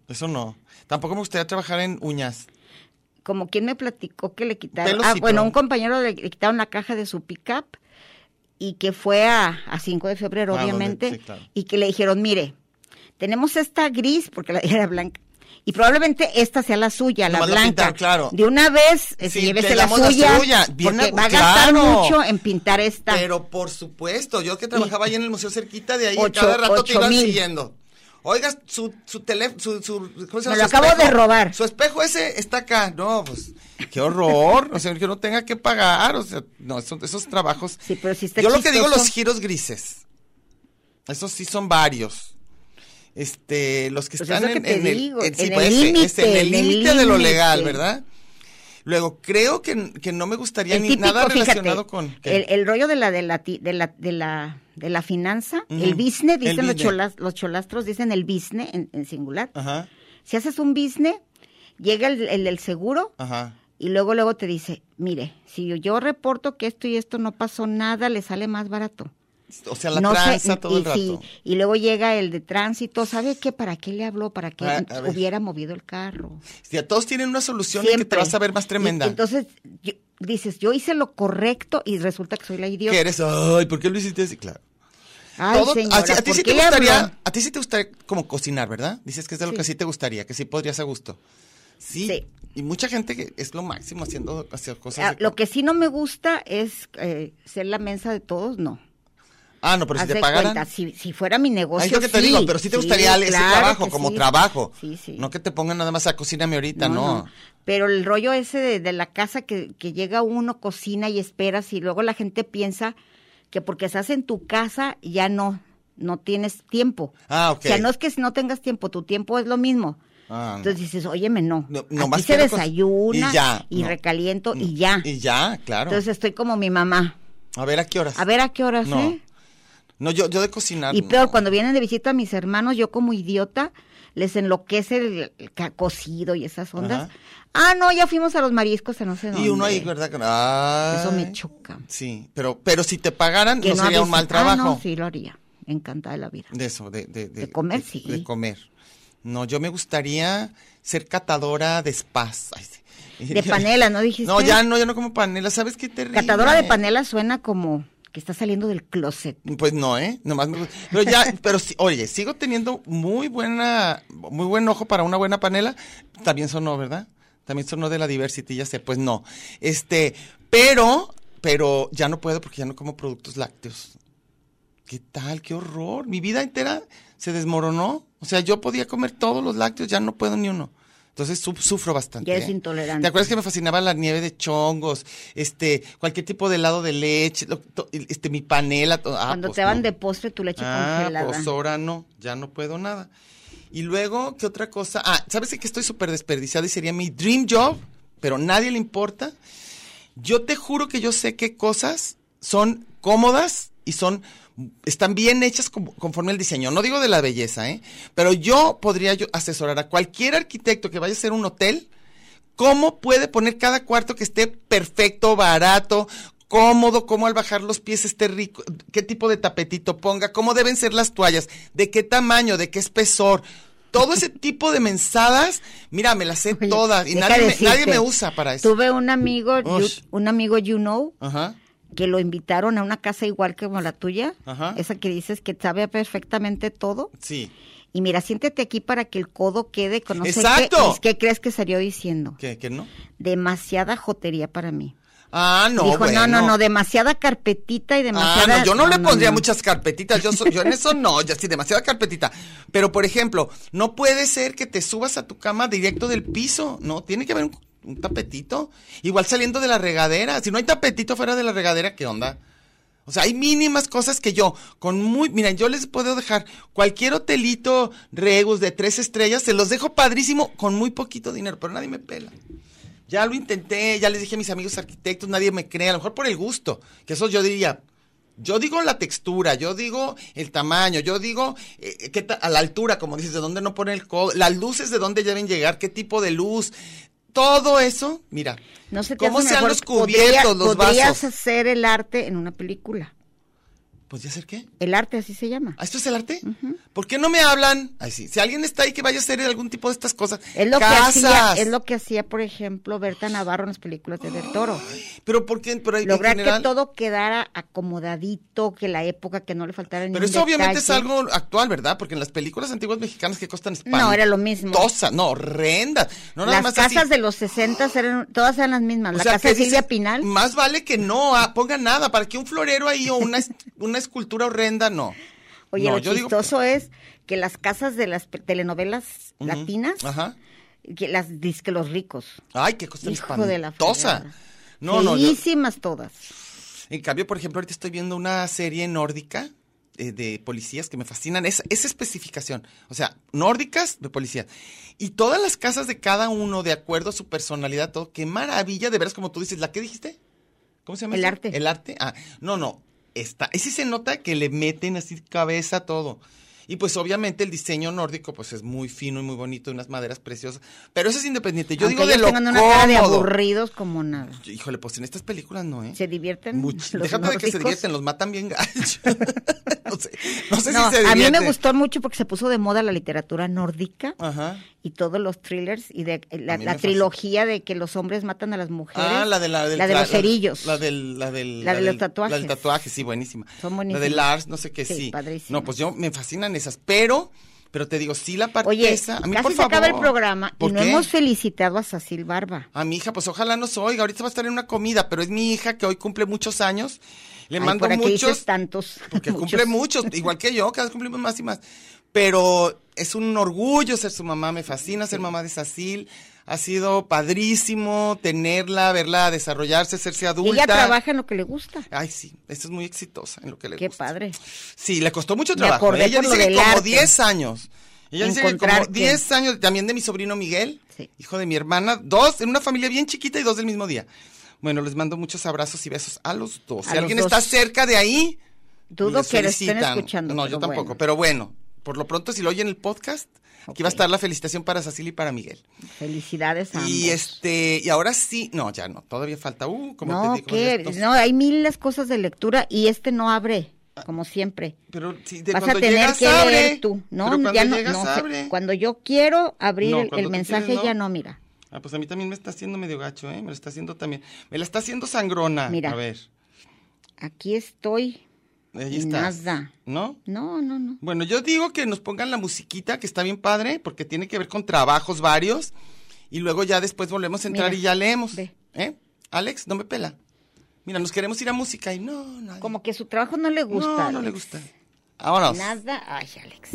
S3: Eso no. Tampoco me gustaría trabajar en uñas.
S4: Como quien me platicó que le quitaron.
S3: Pelos
S4: Ah,
S3: y
S4: bueno,
S3: todo.
S4: un compañero le, le quitaron la caja de su pickup y que fue a, a 5 de febrero,
S3: Ah, donde-
S4: obviamente.
S3: sí, claro.
S4: Y que le dijeron, mire, tenemos esta gris, porque la era blanca. Y probablemente esta sea la suya, la
S3: Nomás la
S4: blanca.
S3: pintaron, claro.
S4: De una vez, eh,
S3: Sí,
S4: llévese
S3: te
S4: la
S3: damos la
S4: suya.
S3: suya, bien
S4: porque
S3: a-
S4: va a gastar
S3: claro.
S4: mucho en pintar esta.
S3: Pero por supuesto, yo que trabajaba ahí en el museo cerquita de ahí,
S4: Ocho-
S3: cada rato te
S4: ocho
S3: iban
S4: mil.
S3: siguiendo. Oigas, su, su teléfono, su, su- ¿cómo se llama?
S4: Me lo
S3: Su
S4: acabo de
S3: espejo.
S4: robar.
S3: Su espejo ese está acá. No, pues, qué horror. O sea, que no tenga que pagar. O sea, no, eso- esos trabajos.
S4: Sí, pero sí está
S3: Yo lo que digo,
S4: chistoso.
S3: los giros grises. Esos sí son varios. Este, los que
S4: Pues
S3: están
S4: es lo
S3: en,
S4: que te
S3: en el
S4: digo,
S3: en- sí,
S4: en
S3: pues,
S4: el
S3: ese,
S4: límite,
S3: ese, en el
S4: en el
S3: límite de lo
S4: límite.
S3: legal, ¿verdad? Luego, creo que, que no me gustaría
S4: El
S3: ni
S4: típico,
S3: nada
S4: fíjate,
S3: relacionado con... ¿qué?
S4: el, el rollo de la de la ti- de la de la de la finanza,
S3: Ujú,
S4: el business,
S3: el
S4: dicen los
S3: business.
S4: cholas- los cholastros dicen el business en, en singular.
S3: Ajá,
S4: Si haces un business, llega el, el del seguro
S3: ajá.
S4: y luego luego te dice, "Mire, si yo, yo reporto que esto y esto no pasó nada, le sale más barato."
S3: O sea, la
S4: no sé,
S3: tranza todo
S4: y
S3: el
S4: si-
S3: rato.
S4: y luego llega el de tránsito, ¿sabe qué? ¿Para qué le habló? Para que
S3: Ah, a ver.
S4: hubiera movido el carro.
S3: O sea, todos tienen una solución y que te
S4: Siempre.
S3: vas a ver más
S4: Y-
S3: tremenda.
S4: y entonces yo- dices, yo hice lo correcto y resulta que soy la
S3: que
S4: idiota.
S3: eres, ay, ¿por qué lo hiciste así? Claro.
S4: Ay,
S3: Todo-
S4: señora,
S3: a, ti- a ti
S4: ¿por
S3: sí
S4: qué
S3: te
S4: le
S3: gustaría,
S4: habló?
S3: a ti sí te gustaría como cocinar, ¿verdad? Dices que es de lo que sí te gustaría, que sí podrías a gusto. Sí.
S4: Sí.
S3: Y mucha gente que es lo máximo haciendo, hacer cosas.
S4: Ah,
S3: de-
S4: Lo que sí no me gusta es eh, ser la mensa de todos, no.
S3: ah, no, pero si
S4: Haz
S3: te
S4: de
S3: pagaran.
S4: cuenta, si, si fuera mi negocio,
S3: Ahí es lo que te
S4: sí,
S3: digo, pero sí te gustaría ese
S4: claro
S3: trabajo,
S4: que
S3: como
S4: sí.
S3: trabajo.
S4: Sí, sí.
S3: No que te pongan nada más a cocinarme ahorita, no.
S4: Pero el rollo ese de, de la casa que, que llega uno, cocina y esperas y luego la gente piensa que porque estás en tu casa ya no, no tienes tiempo.
S3: Ah, ok.
S4: O sea, no es que no tengas tiempo, tu tiempo es lo mismo.
S3: Ah, no.
S4: Entonces dices, óyeme, no.
S3: No, nomás
S4: Aquí se
S3: quiero cos-
S4: desayuna
S3: y
S4: y,
S3: ya, no.
S4: recaliento y ya.
S3: Y ya, claro.
S4: Entonces estoy como mi mamá.
S3: a ver a qué horas.
S4: A ver a qué horas,
S3: No.
S4: ¿eh?
S3: No, yo, yo de cocinar.
S4: Y peor,
S3: no.
S4: cuando vienen de visita a mis hermanos, yo como idiota, les enloquece el, el ca- cocido y esas ondas.
S3: Ajá.
S4: Ah, no, ya fuimos a los mariscos a no sé dónde.
S3: Y uno ahí, ¿verdad? Que- Ay.
S4: Eso me choca.
S3: Sí, pero, pero si te pagaran,
S4: Que
S3: no, sería
S4: avisen.
S3: un mal
S4: Ah,
S3: trabajo.
S4: no, sí lo haría. Encantada de la vida.
S3: De eso, de, de,
S4: De comer,
S3: de-
S4: sí.
S3: De comer. No, yo me gustaría ser catadora de spas. Ay, sí.
S4: De panela, ¿no dijiste?
S3: No, ya no, ya no como panela. ¿Sabes qué terrible?
S4: Catadora de panela suena como que está saliendo del closet.
S3: Pues no, ¿eh? Nomás me gusta. Pero ya, pero sí, oye, sigo teniendo muy buena, muy buen ojo para una buena panela. También sonó, ¿verdad? También sonó de la diversity, ya sé, pues no. Este, pero, pero ya no puedo porque ya no como productos lácteos. ¿Qué tal? ¡Qué horror! Mi vida entera se desmoronó. O sea, yo podía comer todos los lácteos, ya no puedo ni uno. Entonces su- sufro bastante.
S4: Ya eres
S3: ¿eh?
S4: intolerante.
S3: ¿Te acuerdas que me fascinaba la nieve de chongos? Este, cualquier tipo de helado de leche, lo- to- este, mi panela. to- ah,
S4: cuando
S3: pues
S4: te van
S3: no.
S4: de postre tu leche
S3: Ah,
S4: congelada.
S3: pues ahora no, ya no puedo nada. Y luego, ¿qué otra cosa? Ah, ¿sabes de que estoy súper desperdiciada y sería mi dream job? Pero nadie le importa. Yo te juro que yo sé qué cosas son cómodas y son están bien hechas como- conforme el diseño. No digo de la belleza, ¿eh? Pero yo podría yo asesorar a cualquier arquitecto que vaya a hacer un hotel cómo puede poner cada cuarto que esté perfecto, barato, cómodo, cómo al bajar los pies esté rico, qué tipo de tapetito ponga, cómo deben ser las toallas, de qué tamaño, de qué espesor. Todo ese tipo de mensadas, mira, me las sé
S4: Oye,
S3: todas y
S4: deja
S3: nadie me,
S4: decirte,
S3: nadie me usa para eso.
S4: Tuve un amigo, you-
S3: Ush.
S4: un amigo you know,
S3: Ajá.
S4: que lo invitaron a una casa igual que como la tuya,
S3: Ajá.
S4: esa que dices que sabe perfectamente todo.
S3: Sí.
S4: Y mira, siéntete aquí para que el codo quede con no sé qué.
S3: ¡Exacto!
S4: Es, ¿Qué crees que salió diciendo?
S3: ¿Qué, qué no?
S4: Demasiada jotería para mí.
S3: Ah, no,
S4: Dijo,
S3: bueno.
S4: no, no, no, demasiada carpetita y
S3: Ah,
S4: demasiada...
S3: no, yo no, le pondría
S4: no.
S3: muchas carpetitas, yo, so- yo en eso no, ya sí, demasiada carpetita. Pero, por ejemplo, no puede ser que te subas a tu cama directo del piso, ¿no? Tiene que haber un, un tapetito, igual saliendo de la regadera. Si no hay tapetito fuera de la regadera, ¿qué onda? O sea, hay mínimas cosas que yo, con muy, mira, yo les puedo dejar cualquier hotelito Regus de tres estrellas, se los dejo padrísimo con muy poquito dinero, pero nadie me pela. Ya lo intenté, ya les dije a mis amigos arquitectos, nadie me cree, a lo mejor por el gusto, que eso yo diría, Yo digo la textura, yo digo el tamaño, yo digo eh, qué ta- a la altura, como dices, de dónde no poner el codo, las luces de dónde deben llegar, qué tipo de luz, todo eso, mira.
S4: No se te
S3: ¿Cómo
S4: hace
S3: sean
S4: mejor?
S3: los
S4: Podría-
S3: cubiertos, los
S4: podrías
S3: vasos?
S4: hacer el arte en una película.
S3: ¿Podría ser qué?
S4: El arte así se llama.
S3: pues ¿Ah, ¿Esto es el arte? ¿Por qué no me hablan? Ay, sí. Si alguien está ahí que vaya a hacer algún tipo de estas cosas.
S4: Es lo que hacía,
S3: Casas.
S4: es lo que hacía, por ejemplo, Berta Navarro en las películas de Del Toro.
S3: Pero ¿por qué? Pero en
S4: Lograr que
S3: general-
S4: todo quedara acomodadito, que la época, que no le faltara ningún
S3: Pero eso obviamente es
S4: detalle.
S3: algo actual, ¿verdad? Porque en las películas antiguas mexicanas que costan espantosas.
S4: No, era lo mismo.
S3: no, horrendas. No nada
S4: las
S3: más
S4: casas
S3: así.
S4: de los 60 eran, todas eran las mismas.
S3: O
S4: la
S3: sea,
S4: casa
S3: que
S4: de Silvia
S3: dices, Mm,
S4: Pinal.
S3: Más vale que no ah, ponga nada, para que un florero ahí o una, es- una escultura horrenda, no.
S4: Oye,
S3: No,
S4: lo
S3: yo digo-
S4: chistoso es que las casas de las pe- telenovelas
S3: Ujú,
S4: latinas,
S3: Ajá.
S4: que las disque los ricos.
S3: Ay, qué cosa tan
S4: Hijo de la
S3: espantosa.
S4: fregada.
S3: No, no, yo-
S4: Feísimas todas.
S3: En cambio, por ejemplo, ahorita estoy viendo una serie nórdica eh, de policías que me fascinan. Esa, esa especificación. O sea, nórdicas de policías. Y todas las casas de cada uno, de acuerdo a su personalidad, todo. Qué maravilla, de veras, como tú dices. ¿La qué dijiste? ¿Cómo se llama?
S4: El
S3: eso?
S4: arte.
S3: El arte. Ah, no, no. Está. Y sí se nota que le meten así cabeza a todo. Y pues obviamente el diseño nórdico pues es muy fino y muy bonito, unas maderas preciosas. Pero eso es independiente. Yo
S4: Aunque
S3: digo de
S4: ellos
S3: lo
S4: tengan una cara de
S3: cómodo.
S4: aburridos como nada.
S3: Híjole, pues en estas películas no, ¿eh?
S4: ¿Se divierten?
S3: Mucho.
S4: los
S3: Déjate de que se
S4: nórdicos?
S3: divierten, los matan bien gacho. no sé, no sé
S4: No,
S3: si se divierten.
S4: a mí me gustó mucho porque se puso de moda la literatura nórdica
S3: Ajá.
S4: y todos los thrillers y de eh, la,
S3: A mí
S4: la
S3: me
S4: trilogía de que los hombres matan a las mujeres.
S3: Ah, la de la, del
S4: de
S3: tra-
S4: los cerillos.
S3: La, del, la, del,
S4: La de
S3: del-
S4: los tatuajes.
S3: La del tatuaje, sí, buenísima.
S4: Son
S3: La
S4: buenísimas.
S3: de Lars, no sé qué, sí.
S4: Sí, padrísima.
S3: No, pues yo me fascinan esas, pero, pero te digo, sí la parte
S4: Oye,
S3: esa. A mí,
S4: casi
S3: por
S4: se acaba el
S3: favor.
S4: programa y
S3: ¿Por
S4: no
S3: qué?
S4: hemos felicitado a Cecil Barba.
S3: A mi hija, pues ojalá nos oiga. Ahorita va a estar en una comida, pero es mi hija que hoy cumple muchos años. Le
S4: Ay,
S3: mando
S4: por aquí
S3: muchos.
S4: dices tantos.
S3: Porque
S4: muchos.
S3: cumple muchos, igual que yo, cada vez cumplimos más y más. Pero es un orgullo ser su mamá, me fascina ser mamá de Sacil. Ha sido padrísimo tenerla, verla desarrollarse, hacerse
S4: Y
S3: adulta.
S4: ella trabaja en lo que le gusta.
S3: Ay, sí, esto es muy exitosa en lo que le
S4: Qué
S3: gusta.
S4: padre.
S3: Sí, le costó mucho
S4: Me
S3: trabajo.
S4: acordé
S3: ¿eh? Ella
S4: por lo
S3: dice que
S4: del
S3: como
S4: arte.
S3: 10 años. Ella dice que como
S4: Encontrar que-
S3: 10 años, también de mi sobrino Miguel,
S4: Sí.
S3: hijo de mi hermana, dos, en una familia bien chiquita y dos del mismo día. Bueno, les mando muchos abrazos y besos a los dos.
S4: A
S3: si
S4: los
S3: alguien
S4: dos.
S3: está cerca de ahí,
S4: Dudo
S3: les
S4: que lo estén
S3: felicitan.
S4: escuchando.
S3: No,
S4: pero
S3: yo tampoco,
S4: bueno.
S3: pero bueno, por lo pronto si lo oyen el podcast, aquí va a
S4: Ok.
S3: estar la felicitación para Cecil y para Miguel.
S4: Felicidades a
S3: Y
S4: ambos.
S3: este, y ahora sí, no, ya no, todavía falta. Uh, como
S4: no,
S3: te digo,
S4: ¿qué?
S3: estos-
S4: no, hay miles cosas de lectura y este no abre, como siempre.
S3: Pero si de
S4: Vas a
S3: cuando
S4: tener
S3: llegas,
S4: que
S3: abre.
S4: leer tú. No,
S3: Pero cuando
S4: ya no,
S3: llegas,
S4: no,
S3: abre.
S4: Cuando yo quiero abrir
S3: No,
S4: el- el,
S3: cuando tú
S4: mensaje,
S3: quieres, no.
S4: ya no, mira.
S3: Ah, pues a mí también me está haciendo medio gacho, ¿eh? Me lo está haciendo también. Me la está haciendo sangrona.
S4: Mira.
S3: A ver,
S4: Aquí estoy.
S3: ahí está.
S4: Nada.
S3: ¿No?
S4: No, no, no.
S3: Bueno, yo digo que nos pongan la musiquita, que está bien padre, porque tiene que ver con trabajos varios. Y luego ya después volvemos a entrar
S4: Mira,
S3: y ya leemos.
S4: ve.
S3: ¿Eh? Alex, no me pela. Mira, nos queremos ir a música y no, no.
S4: Como que su trabajo no le gusta.
S3: No, no le
S4: Alex.
S3: gusta. Vámonos.
S4: Nada. Ay, Alex.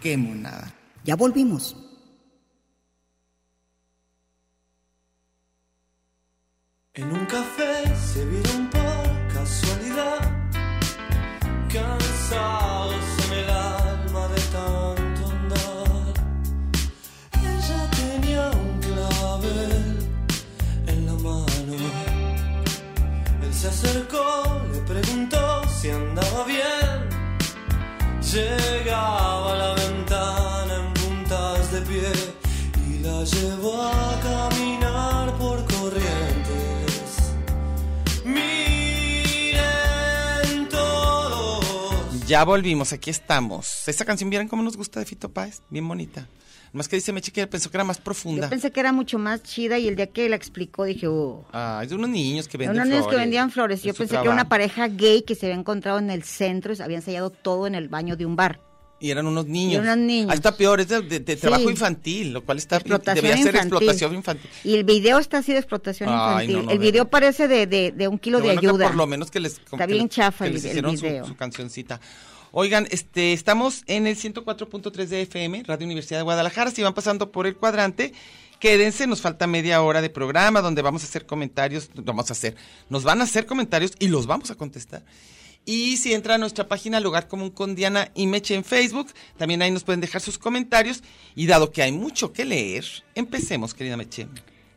S5: Qué monada.
S1: Ya volvimos.
S2: En un café se vieron por casualidad, cansados en el alma de tanto andar. Ella tenía un clavel en la mano. Él se acercó, le preguntó si andaba bien. Llegaba a la ventana en puntas de pie y la llevó a caminar por corrientes. Miren todos.
S3: Ya volvimos, aquí estamos. Esta canción, ¿vieron cómo nos gusta de Fito Páez? Bien bonita. Más que dice Meche que pensó que era más profunda.
S4: Yo pensé que era mucho más chida y el día que la explicó dije, oh.
S3: Ah, es de unos niños que venden
S4: Unos niños que
S3: flores.
S4: vendían flores.
S3: Es
S4: Yo
S3: su
S4: pensé que era una
S3: trabajo.
S4: pareja gay que se había encontrado en el centro y se había ensayado todo en el baño de un bar.
S3: Y eran unos niños.
S4: Y eran niños.
S3: Ah, está peor, es de, de- de trabajo
S4: Sí.
S3: infantil, lo cual está
S4: Explotación
S3: debería ser
S4: infantil.
S3: explotación infantil.
S4: Y el video está así de explotación
S3: Ay,
S4: infantil.
S3: no, no,
S4: el
S3: de-
S4: video parece de, de, de un kilo
S3: Qué
S4: de
S3: bueno que
S4: ayuda.
S3: Por lo menos que les
S4: Está
S3: que
S4: bien
S3: les-
S4: chafa
S3: que
S4: el-
S3: les
S4: el
S3: hicieron su-
S4: video.
S3: Su, cancioncita. Oigan, este, estamos en el 104.3 de FM, Radio Universidad de Guadalajara. Si van pasando por el cuadrante, quédense, nos falta media hora de programa donde vamos a hacer comentarios, vamos a hacer, nos van a hacer comentarios y los vamos a contestar. Y si entra a nuestra página Lugar Común con Diana y Meche en Facebook, también ahí nos pueden dejar sus comentarios. Y dado que hay mucho que leer, empecemos, querida Meche.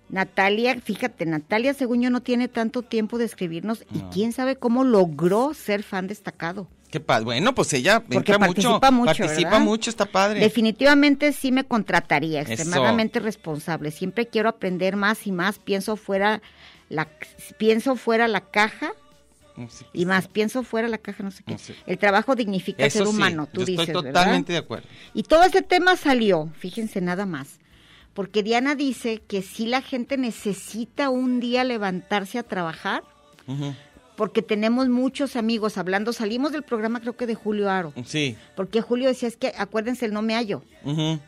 S4: Natalia, fíjate, Natalia, según yo, no tiene tanto tiempo de escribirnos y quién sabe cómo logró ser fan destacado.
S3: Qué padre. Bueno, pues ella
S4: Porque
S3: entra
S4: participa mucho.
S3: participa
S4: ¿verdad?
S3: mucho, está padre.
S4: Definitivamente sí me contrataría,
S3: Eso.
S4: extremadamente responsable. Siempre quiero aprender más y más. Pienso fuera la, pienso fuera la caja
S3: No sé qué
S4: y más. Pienso fuera la caja, no sé qué.
S3: No sé.
S4: El trabajo dignifica al
S3: Eso
S4: ser
S3: sí,
S4: humano, tú
S3: yo
S4: dices.
S3: Estoy
S4: ¿verdad?
S3: totalmente de acuerdo.
S4: Y todo este tema salió, fíjense nada más. Porque Diana dice que si la gente necesita un día levantarse a trabajar,
S3: Ujú.
S4: porque tenemos muchos amigos hablando, salimos del programa creo que de Julio Aro,
S3: mm, Sí.
S4: porque Julio decía, es que acuérdense, el no me hallo,
S3: ujú.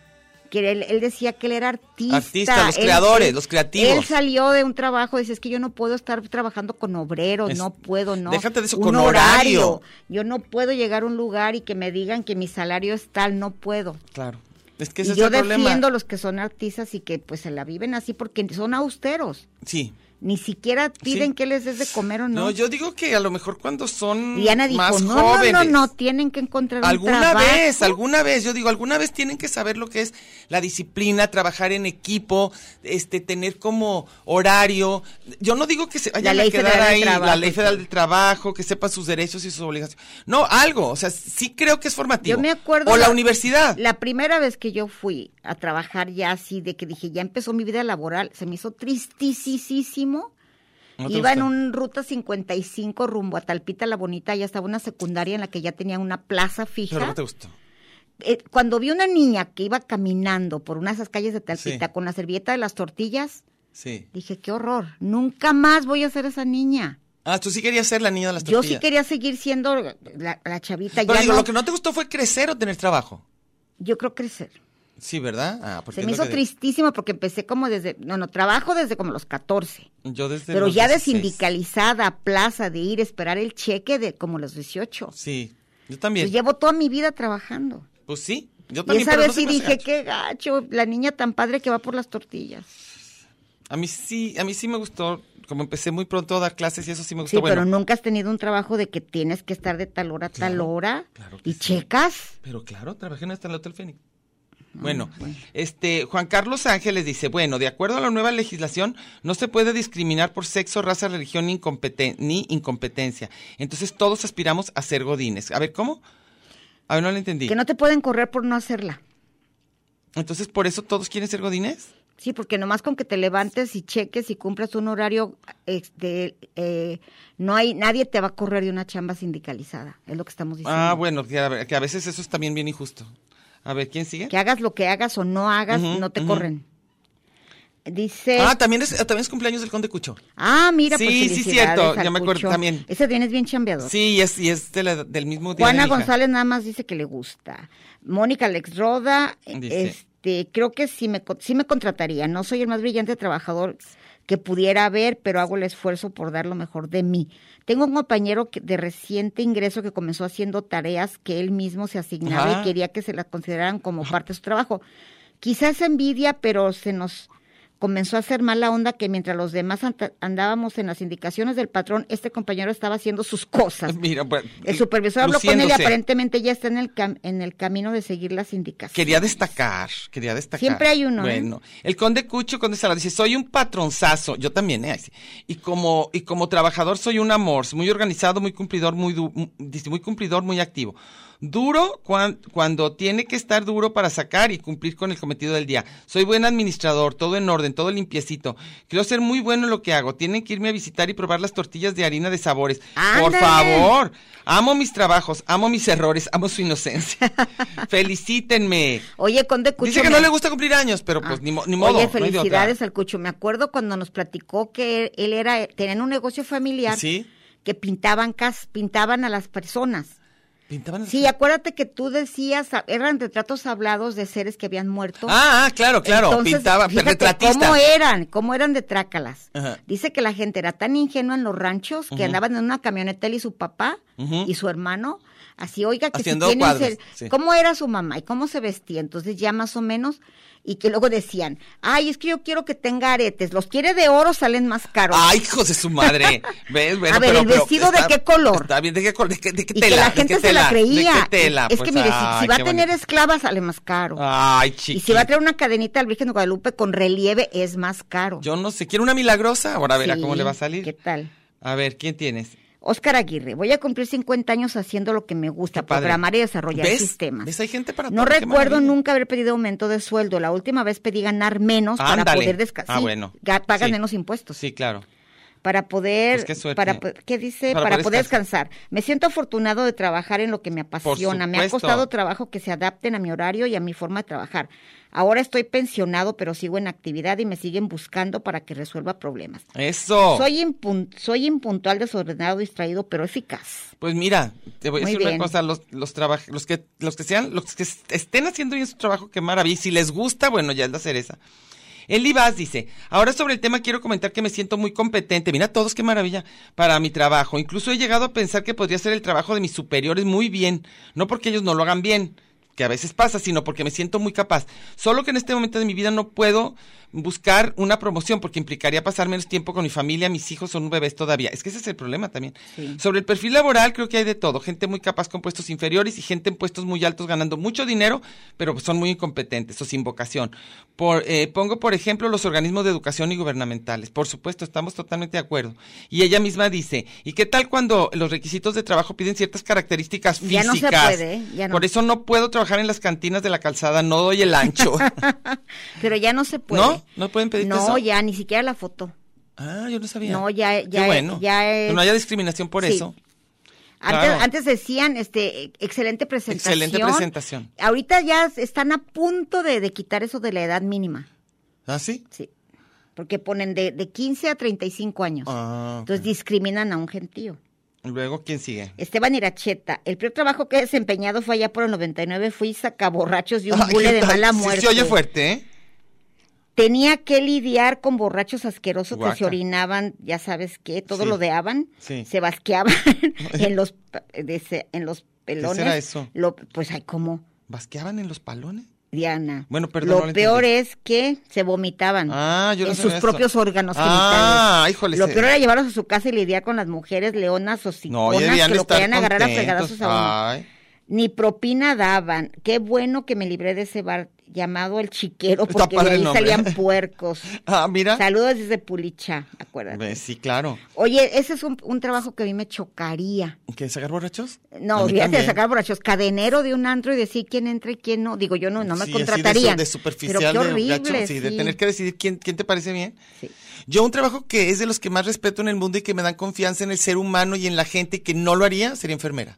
S4: que él, él decía que él era artista.
S3: Artista, los
S4: Él-
S3: creadores,
S4: él-
S3: los creativos.
S4: Él salió de un trabajo, dice, es que yo no puedo estar trabajando con obreros,
S3: Es-
S4: no puedo, no.
S3: déjate de eso,
S4: Un
S3: con horario.
S4: Yo no puedo llegar a un lugar y que me digan que mi salario es tal, no puedo.
S3: Claro. Es que
S4: Y
S3: ese es
S4: yo
S3: el problema.
S4: defiendo los que son artistas y que pues se la viven así porque son austeros.
S3: Sí.
S4: Ni siquiera piden
S3: Sí.
S4: que les des de comer o no.
S3: No. yo digo que a lo mejor cuando son
S4: Diana dijo,
S3: más
S4: no,
S3: jóvenes.
S4: no, no, no, tienen que encontrar un
S3: Alguna
S4: trabajo.
S3: vez, alguna vez, yo digo, alguna vez tienen que saber lo que es la disciplina, trabajar en equipo, este, tener como horario. Yo no digo que se vayan
S4: ley
S3: a quedar
S4: federal del
S3: ahí, la
S4: trabajo,
S3: ley federal del trabajo, que sepa sus derechos y sus obligaciones. No, algo, o sea, sí creo que es formativo.
S4: Yo me acuerdo
S3: O la,
S4: la-
S3: universidad.
S4: La primera vez que yo fui a trabajar ya así, de que dije, ya empezó mi vida laboral, se me hizo tristísimo.
S3: ¿No te
S4: Iba en
S3: gustó?
S4: un ruta 55 rumbo a Talpita la Bonita, ya estaba una secundaria en la que ya tenía una plaza fija.
S3: Pero no te gustó.
S4: eh, cuando vi una niña que iba caminando por una de esas calles de Talpita
S3: Sí.
S4: con la servilleta de las tortillas,
S3: Sí.
S4: dije, qué horror, nunca más voy a ser esa niña.
S3: Ah, tú sí querías ser la niña de las
S4: Yo
S3: tortillas.
S4: sí quería seguir siendo la, la chavita.
S3: Pero
S4: ya
S3: digo,
S4: no-
S3: lo que no te gustó fue crecer o tener trabajo.
S4: Yo creo crecer.
S3: Sí, ¿verdad? Ah, porque
S4: Se
S3: es
S4: me
S3: lo
S4: hizo
S3: que-
S4: tristísimo porque empecé como desde, no, no, trabajo desde como los 14.
S3: Yo desde
S4: pero
S3: los
S4: ya
S3: 16.
S4: de sindicalizada, a plaza, de ir, esperar el cheque de como los 18.
S3: Sí, yo también.
S4: Pues llevo toda mi vida trabajando.
S3: Pues sí, yo
S4: Y
S3: también.
S4: esa
S3: pero
S4: vez
S3: no se
S4: sí
S3: me hace
S4: dije,
S3: gacho.
S4: qué gacho, la niña tan padre que va por las tortillas.
S3: A mí sí, a mí sí me gustó, como empecé muy pronto a dar clases y eso sí me
S4: Sí,
S3: gustó. bueno,
S4: pero nunca has tenido un trabajo de que tienes que estar de tal hora a tal
S3: Claro,
S4: hora
S3: claro que
S4: y
S3: sí.
S4: checas.
S3: Pero claro, trabajé en hasta en el Hotel Fénix.
S4: Ah,
S3: Bueno, este Juan Carlos Ángeles dice, bueno, de acuerdo a la nueva legislación, no se puede discriminar por sexo, raza, religión ni, incompeten- ni incompetencia. Entonces todos aspiramos a ser godines. A ver, ¿cómo? A ver, no lo entendí.
S4: Que no te pueden correr por no hacerla.
S3: Entonces, ¿por eso todos quieren ser godines?
S4: Sí, porque nomás con que te levantes y cheques y cumplas un horario, este, eh, no hay, nadie te va a correr de una chamba sindicalizada, es lo que estamos diciendo.
S3: Ah, bueno, que a, que a veces eso es también bien injusto. A ver, ¿quién sigue?
S4: Que hagas lo que hagas o no hagas,
S3: Ujú,
S4: no te
S3: ujú.
S4: corren. Dice,
S3: Ah,
S4: ah,
S3: también es, también es cumpleaños del Conde Cucho.
S4: mira,
S3: sí,
S4: pues
S3: sí,
S4: felicidades
S3: cierto,
S4: al
S3: ya me acuerdo
S4: Cucho.
S3: también.
S4: Ese bien es bien chambeador.
S3: Sí, y es, y es de la- del mismo día. de
S4: Juana
S3: mi hija.
S4: González nada más dice que le gusta. Mónica Alex Roda,
S3: Dice.
S4: este, creo que sí me, co- sí me contrataría. No soy el más brillante trabajador que pudiera haber, pero hago el esfuerzo por dar lo mejor de mí. Tengo un compañero que- de reciente ingreso que comenzó haciendo tareas que él mismo se asignaba
S3: Ajá.
S4: y quería que se las consideraran como parte de su trabajo. Quizás envidia, pero se nos comenzó a hacer mala onda que mientras los demás anta- andábamos en las indicaciones del patrón, este compañero estaba haciendo sus cosas.
S3: Mira, bueno,
S4: El supervisor habló con él y
S3: luciéndose.
S4: aparentemente ya está en el, cam- en el camino de seguir las indicaciones.
S3: Quería destacar, quería destacar.
S4: Siempre hay uno, ¿eh?
S3: Bueno, el conde Cucho, conde Sala, dice, soy un patronzazo, yo también, ¿eh? Ay, sí. Y como, y como trabajador soy un amor, muy organizado, muy cumplidor, muy, du- mu- dice, muy cumplidor, muy activo. Duro cuan- cuando tiene que estar duro para sacar y cumplir con el cometido del día. Soy buen administrador, todo en orden, todo limpiecito. Quiero ser muy bueno en lo que hago. Tienen que irme a visitar y probar las tortillas de harina de sabores. Por
S4: ¡Ándale!
S3: favor, amo mis trabajos, amo mis errores, amo su inocencia. Felicítenme.
S4: Oye, Conde Cucho.
S3: Dice que
S4: me-
S3: no le gusta cumplir años, pero pues
S4: Ah.
S3: ni, mo- ni modo. no hay
S4: Oye,
S3: de otra.
S4: felicidades al Cucho. Me acuerdo cuando nos platicó que él era, tenían un negocio familiar
S3: Sí.
S4: que pintaban cas, pintaban a las personas.
S3: Pintaban así.
S4: Sí, acuérdate que tú decías, a- eran retratos hablados de seres que habían muerto.
S3: Ah, ah, claro, claro.
S4: Entonces,
S3: Pintaba,
S4: fíjate
S3: retratista.
S4: ¿Cómo eran? ¿Cómo eran de trácalas?
S3: Ajá.
S4: Dice que la gente era tan ingenua en los ranchos que andaban en una camioneta él y su papá
S3: Ujú.
S4: y su hermano. Así, oiga, que si
S3: Haciendo
S4: tienen
S3: cuadros,
S4: ser-
S3: sí.
S4: ¿Cómo era su mamá y cómo se vestía? Entonces ya más o menos. Y que luego decían, ay, es que yo quiero que tenga aretes. Los quiere de oro, salen más caros.
S3: Ay, hijos de su madre. ¿Ves? Bueno,
S4: A ver,
S3: pero-
S4: ¿el
S3: pero
S4: vestido de
S3: está-
S4: qué color?
S3: Está bien, ¿de qué color? ¿De qué, de qué
S4: y
S3: tela?
S4: que la
S3: ¿De
S4: gente
S3: qué
S4: se la
S3: tela?
S4: creía.
S3: ¿De qué tela?
S4: es
S3: Pues,
S4: que mire, si- si,
S3: ay,
S4: va a
S3: qué
S4: tener
S3: bonito.
S4: esclavas, sale más caro.
S3: Ay, chiquita.
S4: y si va a traer una cadenita al Virgen de Guadalupe con relieve, es más caro.
S3: Yo no sé. ¿Quiere una milagrosa? Ahora verá
S4: Sí,
S3: cómo le va a salir.
S4: ¿Qué tal?
S3: A ver, ¿quién tienes?
S4: Oscar Aguirre, voy a cumplir 50 años haciendo lo que me gusta,
S3: Qué padre.
S4: programar y desarrollar
S3: ¿Ves?
S4: sistemas.
S3: ¿Ves? Hay gente para
S4: No
S3: todo, qué
S4: recuerdo
S3: maravilla.
S4: nunca haber pedido aumento de sueldo. La última vez pedí ganar menos para
S3: Ándale.
S4: poder descansar.
S3: Ah, bueno.
S4: Pagan
S3: Sí.
S4: menos impuestos.
S3: Sí, claro.
S4: Para poder.
S3: Pues qué suerte.
S4: para, po- ¿Qué dice?
S3: Para
S4: Para,
S3: poder
S4: poder,
S3: descansar.
S4: descansar. Me siento afortunado de trabajar en lo que me apasiona. Me ha
S3: supuesto.
S4: costado trabajo que se adapten a mi horario y a mi forma de trabajar. Ahora estoy pensionado, pero sigo en actividad y me siguen buscando para que resuelva problemas.
S3: Eso.
S4: Soy, impun- soy impuntual, desordenado, distraído, pero eficaz.
S3: Pues mira, te voy a
S4: Muy
S3: decir
S4: bien.
S3: una cosa, los los trabaj- los que los que sean, los que est- estén haciendo bien su trabajo, qué maravilla, y si les gusta, bueno, ya es la cereza. Eli Vaz dice, ahora sobre el tema quiero comentar que me siento muy competente, mira todos qué maravilla, para mi trabajo. Incluso he llegado a pensar que podría hacer el trabajo de mis superiores muy bien, no porque ellos no lo hagan bien, que a veces pasa, sino porque me siento muy capaz. Solo que en este momento de mi vida no puedo buscar una promoción porque implicaría pasar menos tiempo con mi familia, mis hijos son bebés todavía. Es que ese es el problema también. Sobre el perfil laboral creo que hay de todo, gente muy capaz con puestos inferiores y gente en puestos muy altos ganando mucho dinero, pero son muy incompetentes o sin vocación. Por, eh, pongo, por ejemplo, los organismos de educación y gubernamentales. Por supuesto, estamos totalmente de acuerdo. Y ella misma dice, ¿y qué tal cuando los requisitos de trabajo piden ciertas características
S4: Ya
S3: físicas?
S4: no se puede, ¿eh? Ya no.
S3: Por eso no puedo trabajar en las cantinas de la calzada, no doy el ancho.
S4: Pero ya no se puede.
S3: ¿No? ¿No pueden pedirte
S4: No,
S3: eso?
S4: ya, ni siquiera la foto.
S3: ah, yo no sabía.
S4: No, ya-
S3: Qué
S4: ya-
S3: bueno.
S4: ya
S3: Que
S4: es-
S3: no haya discriminación por
S4: Sí.
S3: eso.
S4: Antes,
S3: Claro.
S4: antes decían, este, excelente presentación.
S3: Excelente presentación.
S4: Ahorita ya están a punto de, de quitar eso de la edad mínima,
S3: ¿Ah, sí?
S4: sí. Porque ponen de, de 15 a 35 años.
S3: Ah,
S4: Entonces discriminan a un gentío.
S3: Luego, ¿quién sigue?
S4: Esteban Iracheta, el primer trabajo que he desempeñado fue allá por el 99, fui sacaborrachos de un
S3: Ay,
S4: bule
S3: ¿qué
S4: de
S3: tal?
S4: mala
S3: Sí,
S4: muerte.
S3: se oye fuerte, ¿eh?
S4: Tenía que lidiar con borrachos asquerosos que se
S3: Guaca.
S4: orinaban, ya sabes qué, todo
S3: Sí.
S4: lo deaban,
S3: Sí.
S4: se basqueaban en los pa- de se- en los pelones.
S3: será eso?
S4: Lo- pues ay, cómo,
S3: ¿Basqueaban en los palones?
S4: Diana.
S3: Bueno, perdón, no
S4: Lo
S3: lo
S4: peor
S3: entendí.
S4: es que se vomitaban
S3: Ah, yo no
S4: en
S3: sabía
S4: sus
S3: eso.
S4: propios órganos
S3: Ah,
S4: genitales.
S3: híjole,
S4: Lo
S3: se-
S4: peor era llevarlos a su casa y lidiar con las mujeres leonas o
S3: No,
S4: cinconas
S3: ya debían
S4: que lo
S3: estar
S4: podían agarrar a
S3: contentos. Ah.
S4: fregadazos a uno.
S3: Ay,
S4: Ni propina daban. Qué bueno que me libré de ese bar llamado El Chiquero,
S3: Está
S4: porque de
S3: padre el
S4: ahí
S3: nombre.
S4: salían puercos.
S3: Ah, mira.
S4: Saludos desde Pulicha, acuérdate.
S3: Eh, Sí, claro.
S4: Oye, ese es un, un trabajo que a mí me chocaría.
S3: ¿Qué, sacar borrachos? A
S4: No,
S3: mí
S4: olvídate de
S3: también.
S4: sacar borrachos, cadenero de un antro y decir quién entra y quién no. Digo, yo no, no me
S3: Sí, así de su-
S4: contratarían.
S3: De, superficial,
S4: pero qué
S3: de
S4: horrible.
S3: gacho, sí, de
S4: sí.
S3: tener que decidir quién, quién te parece bien.
S4: Sí.
S3: Yo un trabajo que es de los que más respeto en el mundo y que me dan confianza en el ser humano y en la gente y que no lo haría, sería enfermera.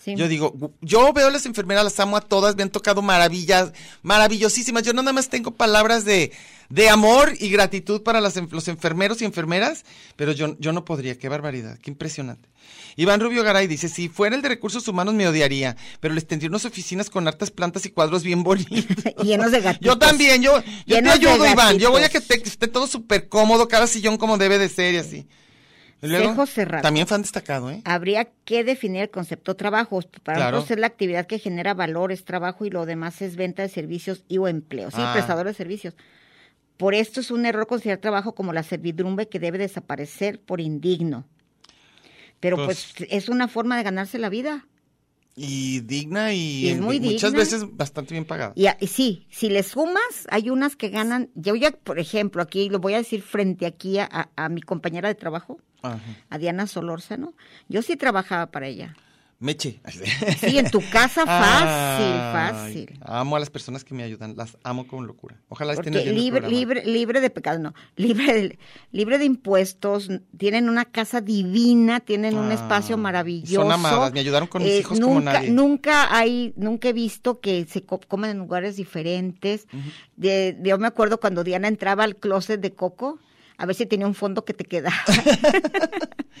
S4: Sí.
S3: Yo digo, gu- yo veo a las enfermeras, las amo a todas, me han tocado maravillas, maravillosísimas. Yo nada más tengo palabras de, de amor y gratitud para las, en- los enfermeros y enfermeras, pero yo, yo no podría, qué barbaridad, qué impresionante. Iván Rubio Garay dice, si fuera el de recursos humanos me odiaría, pero les tendría unas oficinas con hartas plantas y cuadros bien bonitos.
S4: Llenos de gatitos.
S3: Yo también, yo, yo te
S4: Llenos de
S3: ayudo, Iván. Yo voy a que,
S4: gatitos.
S3: te- que esté todo súper cómodo, cada sillón como debe de ser y así. Y
S4: Cejo cerrado.
S3: También fan destacado, ¿eh?
S4: Habría que definir el concepto trabajo. Para
S3: Claro.
S4: nosotros es la actividad que genera valor, es trabajo y lo demás es venta de servicios y o empleo. Sí,
S3: Ah.
S4: prestador de servicios. Por esto es un error considerar trabajo como la servidumbre que debe desaparecer por indigno. Pero
S3: Pues-
S4: pues, es una forma de ganarse la vida.
S3: Y digna y,
S4: Y es muy
S3: muchas
S4: digna.
S3: veces bastante bien pagada.
S4: Y, a- y sí, si le sumas, hay unas que ganan. Yo ya, por ejemplo, aquí lo voy a decir frente aquí a, a- a mi compañera de trabajo,
S3: Ajá.
S4: a Diana Solórzano. Yo sí trabajaba para ella.
S3: Meche.
S4: Sí, en tu casa fácil,
S3: Ay,
S4: fácil.
S3: Amo a las personas que me ayudan, las amo con locura. Ojalá estén
S4: Porque
S3: oyendo el
S4: libre,
S3: programa.
S4: libre, libre de pecado, no, libre de, libre de impuestos, tienen una casa divina, tienen un
S3: Ah,
S4: espacio maravilloso. Eh,
S3: son amadas, me ayudaron con mis hijos como
S4: nunca,
S3: nadie.
S4: Nunca hay, nunca he visto que se co- coman en lugares diferentes. de, de- yo me acuerdo cuando Diana entraba al closet de Coco, a ver si tenía un fondo que te quedaba.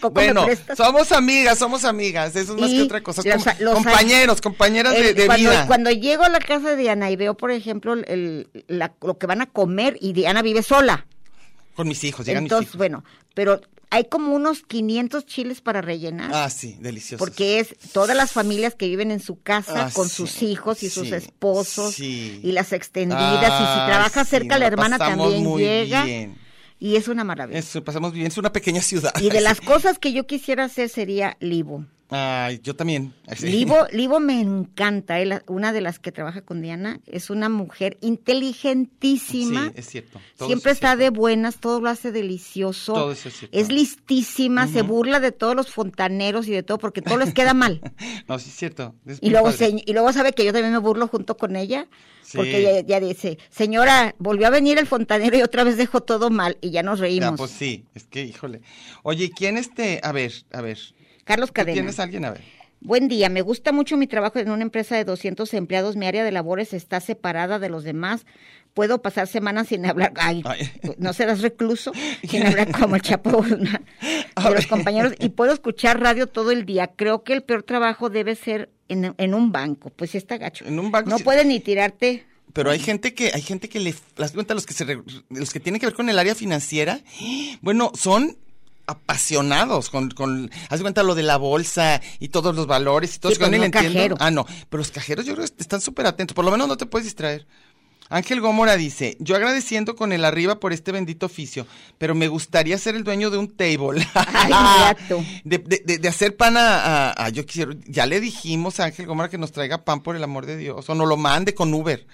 S4: Coco, ¿me
S3: Bueno,
S4: prestas?
S3: somos amigas, somos amigas, eso es más
S4: Y
S3: que otra cosa.
S4: los-
S3: Com-
S4: los-
S3: compañeros, compañeras de,
S4: el-
S3: de
S4: cuando,
S3: vida.
S4: cuando llego a la casa de Diana y veo, por ejemplo, el- la- lo que van a comer y Diana vive sola.
S3: Con mis hijos, Pues llegan
S4: Entonces,
S3: mis hijos.
S4: bueno, pero hay como unos 500 chiles para rellenar.
S3: Ah, sí, delicioso.
S4: Porque es todas las familias que viven en su casa
S3: Ah,
S4: con
S3: sí,
S4: sus hijos y sus
S3: sí,
S4: esposos
S3: sí.
S4: y las extendidas. y
S3: Ay,
S4: si trabaja
S3: sí,
S4: cerca, la
S3: la
S4: hermana
S3: pasamos
S4: también
S3: muy
S4: llega.
S3: bien.
S4: Y es una maravilla.
S3: Eso, pasamos bien, es una pequeña ciudad.
S4: Y de las cosas que yo quisiera hacer sería Libo.
S3: Ay, yo también. Ay, sí.
S4: Libo, Libo me encanta. eh, la- Una de las que trabaja con Diana es una mujer
S3: Sí,
S4: inteligentísima.
S3: es cierto. todo
S4: Siempre
S3: eso es
S4: está
S3: cierto.
S4: de buenas, todo lo hace delicioso.
S3: Todo eso es cierto.
S4: Es listísima, se burla de todos los fontaneros y de todo, porque todo les queda mal.
S3: No, sí es cierto. es
S4: Y
S3: muy
S4: luego,
S3: padre.
S4: se- y luego sabe que yo también me burlo junto con ella,
S3: Sí.
S4: porque ella, ella dice, señora, volvió a venir el fontanero y otra vez dejó todo mal y ya nos
S3: Ya,
S4: reímos.
S3: pues sí, es que, híjole. Oye, ¿quién este? A ver, a ver.
S4: Carlos
S3: ¿Tú
S4: Cadena.
S3: ¿Tienes a alguien? A ver.
S4: Buen día, me gusta mucho mi trabajo en una empresa de 200 empleados. Mi área de labores está separada de los demás. Puedo pasar semanas sin hablar. Ay,
S3: Ay.
S4: no serás recluso sin hablar como el chapo
S3: A
S4: ¿no? de
S3: ver.
S4: los compañeros. Y puedo escuchar radio todo el día. Creo que el peor trabajo debe ser en, en un banco. Pues sí está gacho.
S3: En un banco
S4: No
S3: sí.
S4: puedes ni tirarte.
S3: Pero hay gente que, hay gente que le, las cuentas los que se, re- los que tienen que ver con el área financiera, bueno, son apasionados con, con, haz de cuenta lo de la bolsa y todos los valores y todo
S4: Sí,
S3: eso que yo
S4: pero
S3: ni
S4: no
S3: le entiendo.
S4: cajero.
S3: Ah, no, pero los cajeros yo creo que están súper atentos, por lo menos no te puedes distraer. Ángel Gómora dice, yo agradeciendo con el arriba por este bendito oficio, pero me gustaría ser el dueño de un table.
S4: Ay, mira tú.
S3: de, de- de- de hacer pan a, a- a- yo quiero, ya le dijimos a Ángel Gómora que nos traiga pan por el amor de Dios, o nos lo mande con Uber.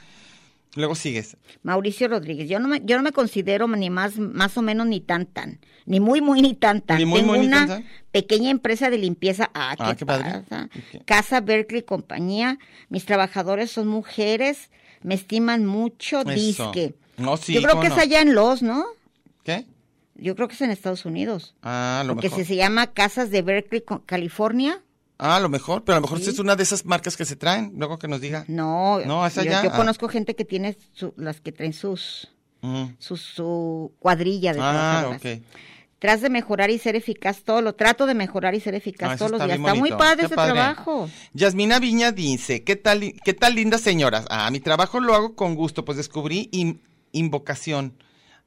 S3: Luego sigues.
S4: Mauricio Rodríguez, yo no me, yo no me considero ni más, más o menos ni tan tan, ni muy muy ni tan tan.
S3: Ni muy,
S4: Tengo
S3: muy, ni
S4: una
S3: tan, tan.
S4: pequeña empresa de limpieza. Ah,
S3: Ah,
S4: qué,
S3: qué padre.
S4: pasa?
S3: Ok.
S4: Casa Berkeley compañía. Mis trabajadores son mujeres, me estiman mucho,
S3: Eso.
S4: disque.
S3: No, sí,
S4: yo creo
S3: cómo
S4: que
S3: no.
S4: es allá en los, ¿no?
S3: ¿Qué?
S4: Yo creo que es en Estados Unidos.
S3: Ah, a lo
S4: Porque
S3: mejor.
S4: si se llama Casas de Berkeley, Co- California.
S3: Ah, a lo mejor, pero a lo mejor es una de esas marcas que se traen, luego que nos diga.
S4: No,
S3: No, es
S4: yo,
S3: allá.
S4: yo
S3: Ah.
S4: conozco gente que tiene su- las que traen sus,
S3: Mm.
S4: su, su cuadrilla de
S3: Ah,
S4: trabajadoras.
S3: ok.
S4: Tras de mejorar y ser eficaz todo, lo trato de mejorar y ser eficaz
S3: Ah, eso
S4: todos los días.
S3: bien
S4: Está muy
S3: bonito.
S4: padre
S3: Qué
S4: ese trabajo.
S3: Yasmina Viña dice, ¿qué tal, qué tal lindas señoras? Ah, mi trabajo lo hago con gusto, pues descubrí in- invocación.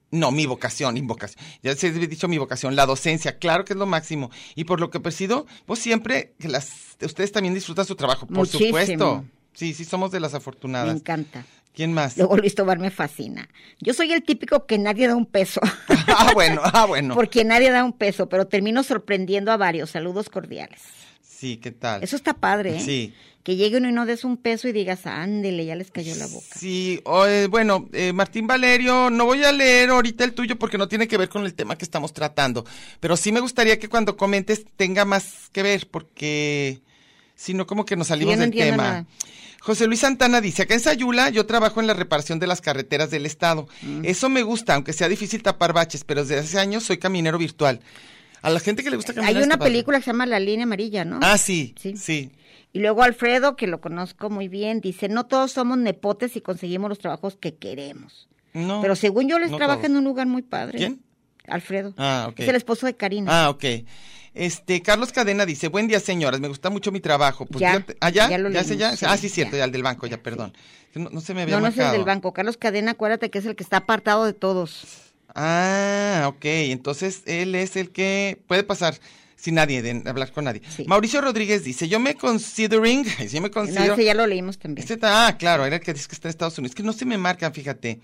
S3: No, mi vocación, invocación. Ya se he dicho mi vocación, la docencia, claro que es lo máximo. Y por lo que percibo, pues siempre que las ustedes también disfrutan su trabajo, por
S4: Muchísimo.
S3: supuesto. Sí, sí, somos de las
S4: Me
S3: afortunadas.
S4: encanta.
S3: ¿Quién más?
S4: Luego Luis Tobar me fascina. Yo soy el típico que nadie da un peso.
S3: ah, bueno, ah, bueno.
S4: Porque nadie da un peso, pero termino sorprendiendo a varios. Saludos cordiales.
S3: Sí, ¿qué tal?
S4: Eso está padre, ¿eh?
S3: Sí.
S4: Que llegue uno y no des un peso y digas, ándele, ya les cayó la boca.
S3: Sí, o, eh, bueno, eh, Martín Valerio, no voy a leer ahorita el tuyo porque no tiene que ver con el tema que estamos tratando, pero sí me gustaría que cuando comentes tenga más que ver porque si no como que nos salimos
S4: Yo no
S3: del
S4: entiendo
S3: tema.
S4: nada.
S3: José Luis Santana dice, acá en Sayula yo trabajo en la reparación de las carreteras del Estado.
S4: Mm.
S3: Eso me gusta, aunque sea difícil tapar baches, pero desde hace años soy caminero virtual. A la gente que le gusta caminar.
S4: Hay una
S3: está padre.
S4: película que se llama La línea amarilla, ¿no?
S3: Ah, sí,
S4: Sí.
S3: sí.
S4: Y luego Alfredo, que lo conozco muy bien, dice, no todos somos nepotes y conseguimos los trabajos que queremos.
S3: No,
S4: Pero según yo, les
S3: no
S4: trabaja
S3: todos.
S4: en un lugar muy padre.
S3: ¿Quién?
S4: Alfredo.
S3: Ah, ok.
S4: Es el esposo de Karina.
S3: Ah, ok. Este, Carlos Cadena dice, buen día, señoras, me gusta mucho mi trabajo. Pues
S4: Ya,
S3: fíjate- ¿Ah, ya?
S4: ya
S3: ¿Ya,
S4: lo
S3: sé
S4: leímos,
S3: ya? Ah,
S4: sí,
S3: sí, cierto,
S4: ya.
S3: ya, el del banco, ya, perdón. No, no se me había
S4: no, no es el
S3: marcado.
S4: del banco. Carlos Cadena, acuérdate que es el que está apartado de todos.
S3: Ah, ok, entonces él es el que puede pasar sin nadie, de hablar con nadie.
S4: Sí.
S3: Mauricio Rodríguez dice, yo me considering, ay, sí, yo me
S4: no,
S3: considero...
S4: ese ya lo leímos también.
S3: Este está- ah, claro, era el que dice que está en Estados Unidos. Que no se me marcan, fíjate.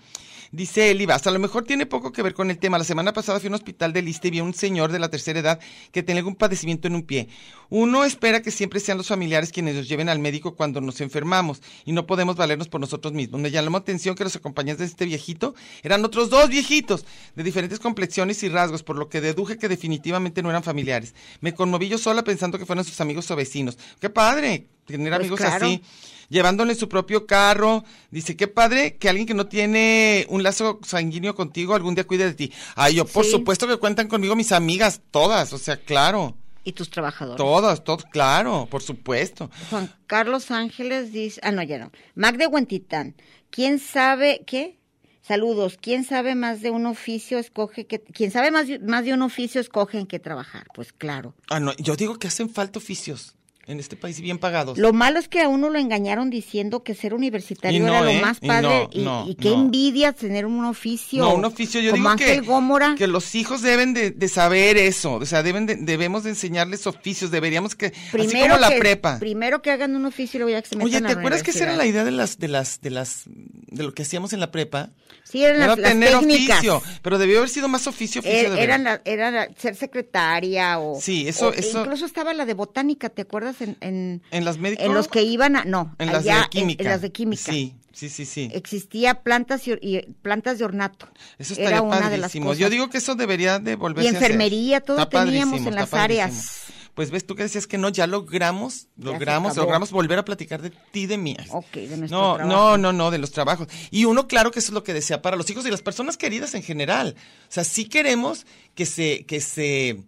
S3: Dice Eli hasta a lo mejor tiene poco que ver con el tema. La semana pasada fui a un hospital de Liste y vi a un señor de la tercera edad que tenía algún padecimiento en un pie. Uno espera que siempre sean los familiares quienes nos lleven al médico cuando nos enfermamos y no podemos valernos por nosotros mismos. Me llamó atención que los acompañantes de este viejito eran otros dos viejitos de diferentes complexiones y rasgos, por lo que deduje que definitivamente no eran familiares. Me conmoví yo sola pensando que fueran sus amigos o vecinos. ¡Qué padre! Tener
S4: Pues
S3: amigos
S4: claro.
S3: así llevándole su propio carro. Dice, qué padre que alguien que no tiene un lazo sanguíneo contigo algún día cuide de ti. Ay, yo, por
S4: Sí.
S3: supuesto que cuentan conmigo mis amigas, todas, o sea, claro,
S4: Y tus trabajadores.
S3: todas, todas, claro, por supuesto.
S4: Juan Carlos Ángeles dice, ah, no, ya no. Mac de Huentitán, ¿quién sabe qué? Saludos, ¿quién sabe más de un oficio escoge que, quien sabe más de, más de un oficio escoge en qué trabajar? Pues claro.
S3: Ah, no, yo digo que hacen falta oficios en este país bien pagados.
S4: Lo malo es que a uno lo engañaron diciendo que ser universitario
S3: Y no,
S4: era lo
S3: ¿eh?
S4: más
S3: Y
S4: padre
S3: no,
S4: y,
S3: no,
S4: y qué
S3: no.
S4: envidia tener un oficio.
S3: No, un oficio, yo
S4: como
S3: digo
S4: Ángel
S3: que,
S4: Gómora.
S3: que los hijos deben de, de saber eso, o sea, deben de- debemos de enseñarles oficios, deberíamos que, así como la
S4: que,
S3: prepa.
S4: Primero que hagan un oficio y luego ya que se metan
S3: Oye,
S4: a la
S3: ¿te acuerdas que esa era la
S4: universidad?
S3: idea de las, de las, de las, de lo que hacíamos en la prepa?
S4: Sí, eran
S3: Era
S4: las, las
S3: tener
S4: técnicas.
S3: oficio, pero debió haber sido más oficio, oficio
S4: Er-
S3: de verdad.
S4: eran la- era la- ser secretaria o
S3: Sí, eso-
S4: o- e
S3: eso-
S4: incluso estaba la de botánica te acuerdas en en,
S3: ¿En las médico?
S4: en los que iban a no
S3: En las
S4: allá
S3: de química.
S4: en, en las de química E
S3: Sí, sí, sí, sí.
S4: existía plantas y, y plantas de ornato
S3: Eso
S4: era
S3: estaría
S4: una de las
S3: padrísimo.
S4: cosas
S3: Yo digo que eso debería de volverse
S4: Y enfermería,
S3: a hacer.
S4: todo
S3: Está
S4: teníamos
S3: padrísimo,
S4: en
S3: está
S4: las
S3: padrísimo.
S4: áreas.
S3: Pues ves, tú que decías que no, ya logramos,
S4: se
S3: logramos,
S4: acabó.
S3: logramos volver a platicar de ti, de mí.
S4: Ok, de
S3: Pues,
S4: nuestro
S3: no,
S4: este trabajo.
S3: No, no, no, de los trabajos. Y uno, claro que eso es lo que desea para los hijos y las personas queridas en general. O sea, sí queremos que se, que se,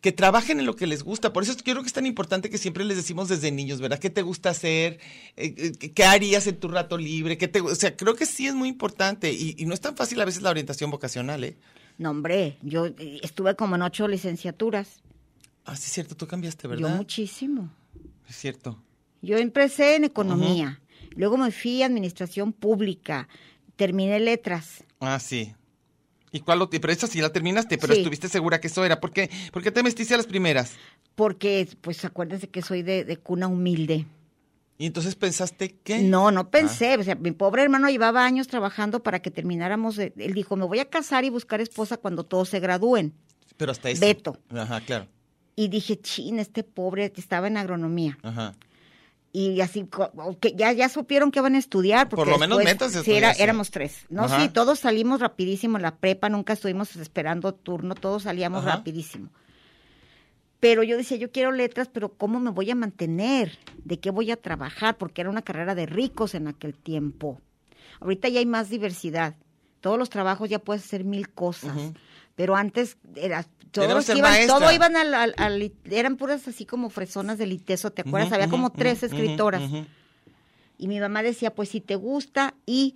S3: que trabajen en lo que les gusta. Por eso yo creo que es tan importante que siempre les decimos desde niños, ¿verdad? ¿Qué te gusta hacer? Eh, eh, ¿Qué qué harías en tu rato libre? ¿Qué te, gu- o sea, creo que sí es muy importante y, y no es tan fácil a veces la orientación vocacional, ¿eh?
S4: no hombre yo eh, estuve como en ocho licenciaturas
S3: Ah, sí, es cierto, tú cambiaste,
S4: yo
S3: ¿verdad?
S4: muchísimo
S3: Es cierto.
S4: Yo empecé en economía, luego me fui a administración pública, terminé letras.
S3: Ah, sí. ¿Y cuál lo- Pero esa sí la terminaste, pero
S4: Sí.
S3: estuviste segura que eso era. ¿Por qué, ¿Por qué te metiste a las primeras?
S4: Porque, pues acuérdense que soy de, de cuna humilde.
S3: Y entonces pensaste que...
S4: No,
S3: Ah.
S4: no pensé. O sea, mi pobre hermano llevaba años trabajando para que termináramos. de- él dijo, me voy a casar y buscar esposa cuando todos se gradúen.
S3: Pero hasta eso.
S4: Beto.
S3: Ajá, claro.
S4: Y dije, chin, este pobre estaba en agronomía.
S3: Ajá.
S4: Y así, co- que ya, ya supieron que van a estudiar. Porque
S3: Por lo menos
S4: después-
S3: métanse a
S4: Sí, era-
S3: estudiar, sí.
S4: éramos tres. No,
S3: Ajá.
S4: sí, todos salimos rapidísimo en la prepa, nunca estuvimos esperando turno, todos salíamos
S3: Ajá.
S4: rapidísimo. Pero yo decía, yo quiero letras, pero ¿cómo me voy a mantener? ¿De qué voy a trabajar? Porque era una carrera de ricos en aquel tiempo. Ahorita ya hay más diversidad. Todos los trabajos ya puedes hacer mil cosas. Pero antes era, todos
S3: Debemos
S4: los que
S3: ser
S4: iban,
S3: maestra.
S4: todo iban al, al- al- eran puras así como fresonas del ITESO, ¿te acuerdas?
S3: Ujú,
S4: Había como
S3: ujú,
S4: tres
S3: ujú,
S4: escritoras.
S3: ujú.
S4: Y mi mamá decía, pues si te gusta, y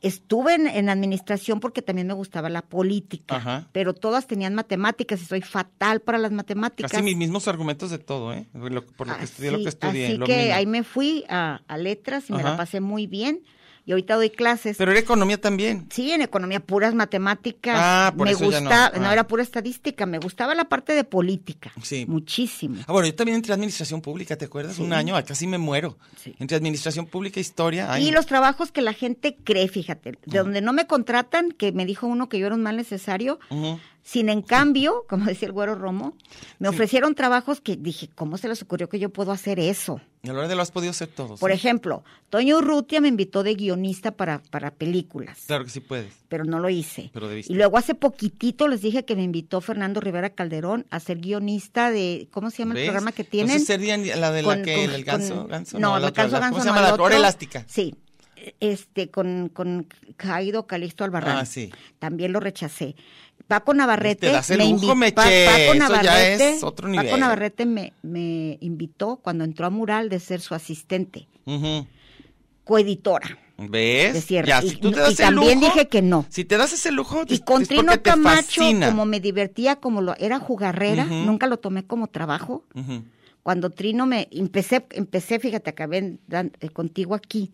S4: estuve en, en administración porque también me gustaba la política,
S3: Ajá.
S4: pero todas tenían matemáticas y soy fatal para las matemáticas.
S3: Casi mis mismos argumentos de todo, ¿eh? Lo- por lo que estudié, lo
S4: Así-
S3: que estudié.
S4: Así
S3: lo
S4: que
S3: mismo.
S4: ahí me fui a, a letras y me la
S3: Ajá.
S4: pasé muy bien. y ahorita doy clases.
S3: Pero era economía también.
S4: Sí, en economía, puras matemáticas.
S3: Ah, por
S4: me
S3: eso ya no.
S4: gusta-
S3: Ah.
S4: era pura estadística, me gustaba la parte de política.
S3: Sí.
S4: Muchísimo.
S3: Ah, bueno, yo también entré a administración pública, ¿te acuerdas? Un año, ah, casi me muero.
S4: Sí.
S3: Entre administración pública e historia. ay,
S4: Y
S3: no.
S4: los trabajos que la gente cree, fíjate, de donde no me contratan, que me dijo uno que yo era un mal necesario,
S3: Ujú.
S4: sin en cambio, como decía el güero Romo, me ofrecieron trabajos que dije, ¿cómo se les ocurrió que yo puedo hacer eso?
S3: Y a la hora de lo has podido hacer todos.
S4: Por ejemplo, Toño Urrutia me invitó de guionista para, para películas.
S3: Claro que sí puedes.
S4: pero no lo hice.
S3: Pero debiste.
S4: y luego hace poquitito les dije que me invitó Fernando Rivera Calderón a ser guionista de, ¿cómo se llama
S3: ¿Ves?
S4: el programa que tienen?
S3: Entonces sería la de la
S4: Con-
S3: que
S4: con-
S3: el ganso,
S4: con-
S3: ganso,
S4: No,
S3: la
S4: el
S3: otra,
S4: ganso,
S3: la-
S4: ganso.
S3: ¿Cómo se
S4: no,
S3: llama
S4: el
S3: la flor
S4: otro.
S3: elástica?
S4: Sí, este, con, con Caído Calixto Albarrán.
S3: Ah, sí.
S4: También lo rechacé. Paco Navarrete
S3: Te das el lujo,
S4: invi-
S3: Meche,
S4: Pa-
S3: eso
S4: Paco
S3: ya
S4: Navarrete,
S3: es otro
S4: Paco
S3: nivel.
S4: Navarrete me, me invitó cuando entró a Mural de ser su asistente,
S3: Ujú.
S4: coeditora.
S3: ¿Ves?
S4: De cierre.
S3: Ya,
S4: Y-
S3: si tú te
S4: y
S3: das el
S4: también
S3: lujo,
S4: dije que no.
S3: Si te das ese lujo,
S4: Y
S3: Pues es
S4: con
S3: es
S4: Trino
S3: porque te
S4: Camacho,
S3: fascina.
S4: como me divertía, como lo era jugarrera,
S3: Ujú.
S4: nunca lo tomé como trabajo.
S3: Ujú.
S4: Cuando Trino me empecé, empecé, fíjate, acabé en- dan- eh, contigo aquí.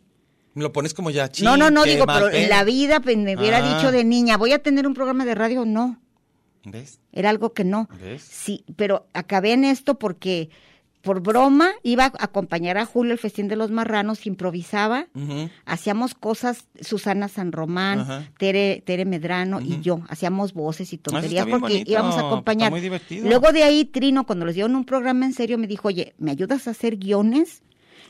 S3: Lo pones como ya chido.
S4: no, no, no, digo, pero en la vida pues, me hubiera
S3: Ah.
S4: dicho de niña, voy a tener un programa de radio, no,
S3: ¿Ves?
S4: era algo que no.
S3: ¿Ves?
S4: Sí, pero acabé en esto porque por broma iba a acompañar a Julio al festín de los marranos, improvisaba.
S3: Ujú.
S4: Hacíamos cosas, Susana San Román,
S3: Ajá.
S4: Tere, Tere Medrano y yo, hacíamos voces y tonterías
S3: bien
S4: porque
S3: bonito,
S4: íbamos a acompañar.
S3: está muy divertido.
S4: Luego de ahí, Trino, cuando les dieron un programa en serio, me dijo, oye, ¿me ayudas a hacer guiones?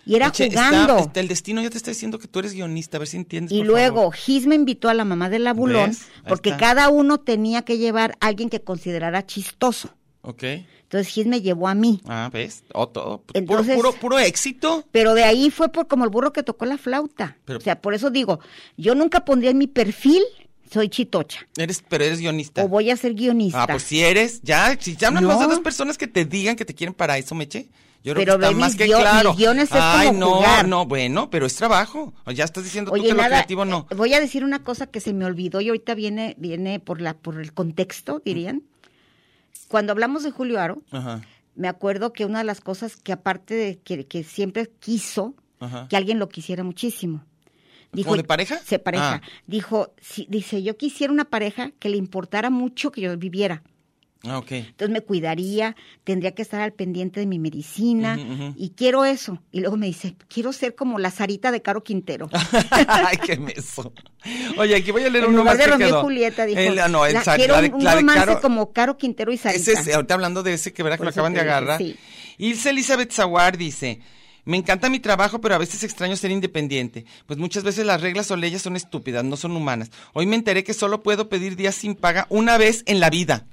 S4: Y era
S3: Eche, está-
S4: jugando.
S3: está- el destino ya te está diciendo que tú eres guionista, a ver si entiendes.
S4: y
S3: por
S4: luego
S3: favor.
S4: Gis me invitó a la mamá del abulón
S3: ¿Ves? Ahí
S4: porque
S3: está.
S4: cada uno tenía que llevar a alguien que considerara chistoso.
S3: Ok.
S4: Entonces Gis me llevó a mí.
S3: Ah, ¿ves? Oh, todo. Puro-
S4: Entonces-
S3: puro, puro éxito.
S4: Pero de ahí fue por como el burro que tocó la flauta.
S3: Pero-
S4: o sea, por eso digo, yo nunca pondría en mi perfil, soy chitocha.
S3: Eres, pero eres guionista.
S4: o voy a ser guionista.
S3: Ah, pues si eres, ya, si ya hablan
S4: No.
S3: las otras personas que te digan que te quieren para eso, Meche. Yo creo
S4: Pero
S3: que
S4: ve
S3: está
S4: mis
S3: más que
S4: guio-
S3: claro.
S4: mis guiones es
S3: Ay,
S4: como
S3: no,
S4: jugar.
S3: no, bueno, pero es trabajo. O Ya estás diciendo tú
S4: Oye,
S3: que lo
S4: nada,
S3: creativo no.
S4: eh, voy a decir una cosa que se me olvidó y ahorita viene, viene por la, por el contexto, dirían. Cuando hablamos de Julio Aro,
S3: Ajá,
S4: me acuerdo que una de las cosas que aparte de que, que siempre quiso,
S3: ajá.
S4: que alguien lo quisiera muchísimo.
S3: ¿Como de pareja?
S4: Se pareja.
S3: Ah.
S4: Dijo, sí, dice, yo quisiera una pareja que le importara mucho que yo viviera.
S3: Ah, ok.
S4: Entonces me cuidaría, tendría que estar al pendiente de mi medicina
S3: Ujú, ujú.
S4: y quiero eso. Y luego me dice, quiero ser como la Sarita de Caro Quintero.
S3: Ay, qué meso. Oye, aquí voy a leer
S4: en
S3: uno
S4: lugar
S3: más
S4: de
S3: que
S4: Romeo
S3: quedó.
S4: y Julieta dijo,
S3: El- ah, no, el
S4: la-
S3: Sar-
S4: quiero
S3: la de-
S4: un
S3: la de
S4: romance
S3: Caro-
S4: como Caro Quintero y Sarita.
S3: Ese es- ahorita hablando de ese que verá que
S4: Por
S3: lo
S4: eso
S3: acaban
S4: te
S3: de
S4: dije,
S3: agarrar.
S4: sí.
S3: Ilse Elizabeth Zaguar dice. Me encanta mi trabajo, pero a veces extraño ser independiente, pues muchas veces las reglas o leyes son estúpidas, no son humanas. Hoy me enteré que solo puedo pedir días sin paga una vez en la vida.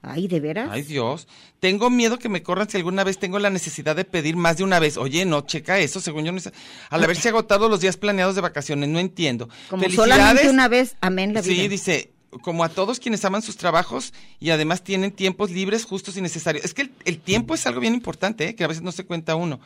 S4: Ay, ¿de veras?
S3: Ay Dios, tengo miedo que me corran si alguna vez tengo la necesidad de pedir más de una vez. Oye, no, checa eso, según yo no sé. Al haberse agotado los días planeados de vacaciones, no entiendo.
S4: como solamente una vez, amén la vida.
S3: Sí, dice, como a todos quienes aman sus trabajos y además tienen tiempos libres, justos y necesarios. Es que el, el tiempo es algo bien importante, ¿eh? que a veces no se cuenta uno.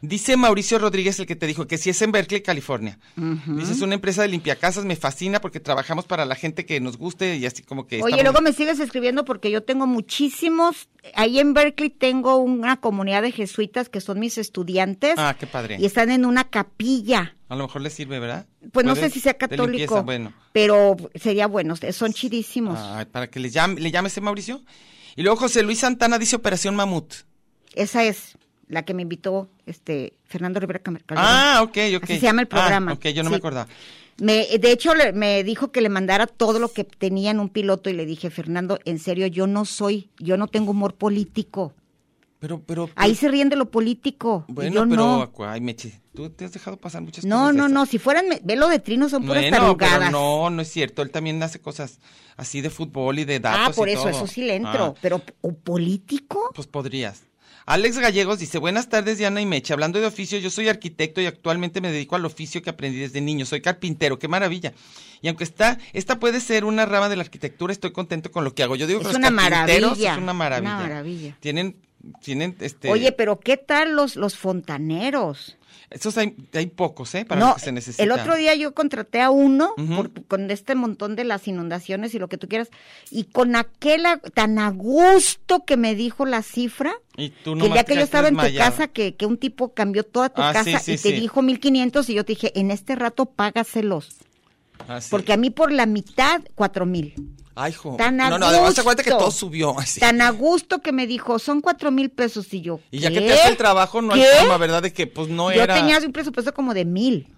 S3: Dice Mauricio Rodríguez, el que te dijo, que si es en Berkeley, California. Dice, es una empresa de limpiacasas, me fascina porque trabajamos para la gente que nos guste y así como que...
S4: Oye,
S3: estamos-
S4: luego me sigues escribiendo porque yo tengo muchísimos, ahí en Berkeley tengo una comunidad de jesuitas que son mis estudiantes
S3: Ah, qué padre.
S4: y están en una capilla.
S3: A lo mejor le sirve, ¿verdad?
S4: Pues no
S3: Puede-
S4: sé si sea
S3: de limpieza,
S4: católico,
S3: bueno. Ah.
S4: pero sería bueno, son chidísimos.
S3: Ay, para que le llame, le llame ese Mauricio. Y luego José Luis Santana dice Operación Mamut.
S4: Esa es la que me invitó este Fernando Rivera Cam- Calderón.
S3: Ah, ok, ok.
S4: Así se llama el
S3: Ah,
S4: programa.
S3: ok, yo no me
S4: Sí.
S3: acordaba.
S4: Me, de hecho, le- me dijo que le mandara todo lo que tenía en un piloto y le dije, Fernando, en serio, yo no soy, yo no tengo humor político.
S3: Pero, pero...
S4: Ahí se ríen de lo político. y yo
S3: Pues Bueno, pero,
S4: no.
S3: acu- ay, Meche, tú te has dejado pasar muchas
S4: No,
S3: cosas. de
S4: no, no,
S3: esas.
S4: si fueran, me- ve lo de Trino, son puras
S3: Bueno, pero
S4: tarugadas.
S3: no, no es cierto. Él también hace cosas así de fútbol y de datos
S4: ah, por
S3: y
S4: eso,
S3: todo.
S4: eso sí le
S3: Ah,
S4: entro. Pero, ¿o político?
S3: pues podrías. Alex Gallegos dice, buenas tardes Diana y Meche, hablando de oficio, yo soy arquitecto y actualmente me dedico al oficio que aprendí desde niño, soy carpintero, qué maravilla. Y aunque está, esta puede ser una rama de la arquitectura, estoy contento con lo que hago. Yo digo que
S4: Es
S3: los
S4: una
S3: carpinteros
S4: maravilla,
S3: es una maravilla.
S4: una maravilla.
S3: Tienen, tienen, este...
S4: Oye, pero ¿qué tal los, los fontaneros?
S3: Esos hay, hay pocos, ¿eh? Para
S4: no,
S3: lo que se necesita.
S4: el otro día yo contraté a uno
S3: Ujú.
S4: por- con este montón de las inundaciones y lo que tú quieras, y con aquel a- tan a gusto que me dijo la cifra,
S3: Y tú
S4: que el
S3: nomás
S4: día
S3: te
S4: que yo
S3: quedaste
S4: estaba en tu
S3: desmayada.
S4: casa, que, que un tipo cambió toda tu
S3: Ah, sí,
S4: casa
S3: sí,
S4: y te
S3: sí.
S4: dijo 1500 y yo te dije, en este rato págaselos,
S3: Así.
S4: porque a mí por la mitad 4000.
S3: Ah, Ay, jo.
S4: Tan a
S3: no, no, además acuérdate que
S4: gusto.
S3: todo subió así.
S4: Tan a gusto que me dijo, son cuatro mil pesos y yo.
S3: Y ya que
S4: ¿qué?
S3: te hace el trabajo, no
S4: ¿Qué?
S3: hay forma, ¿verdad? De que pues no
S4: yo
S3: era.
S4: tenía un presupuesto como de mil.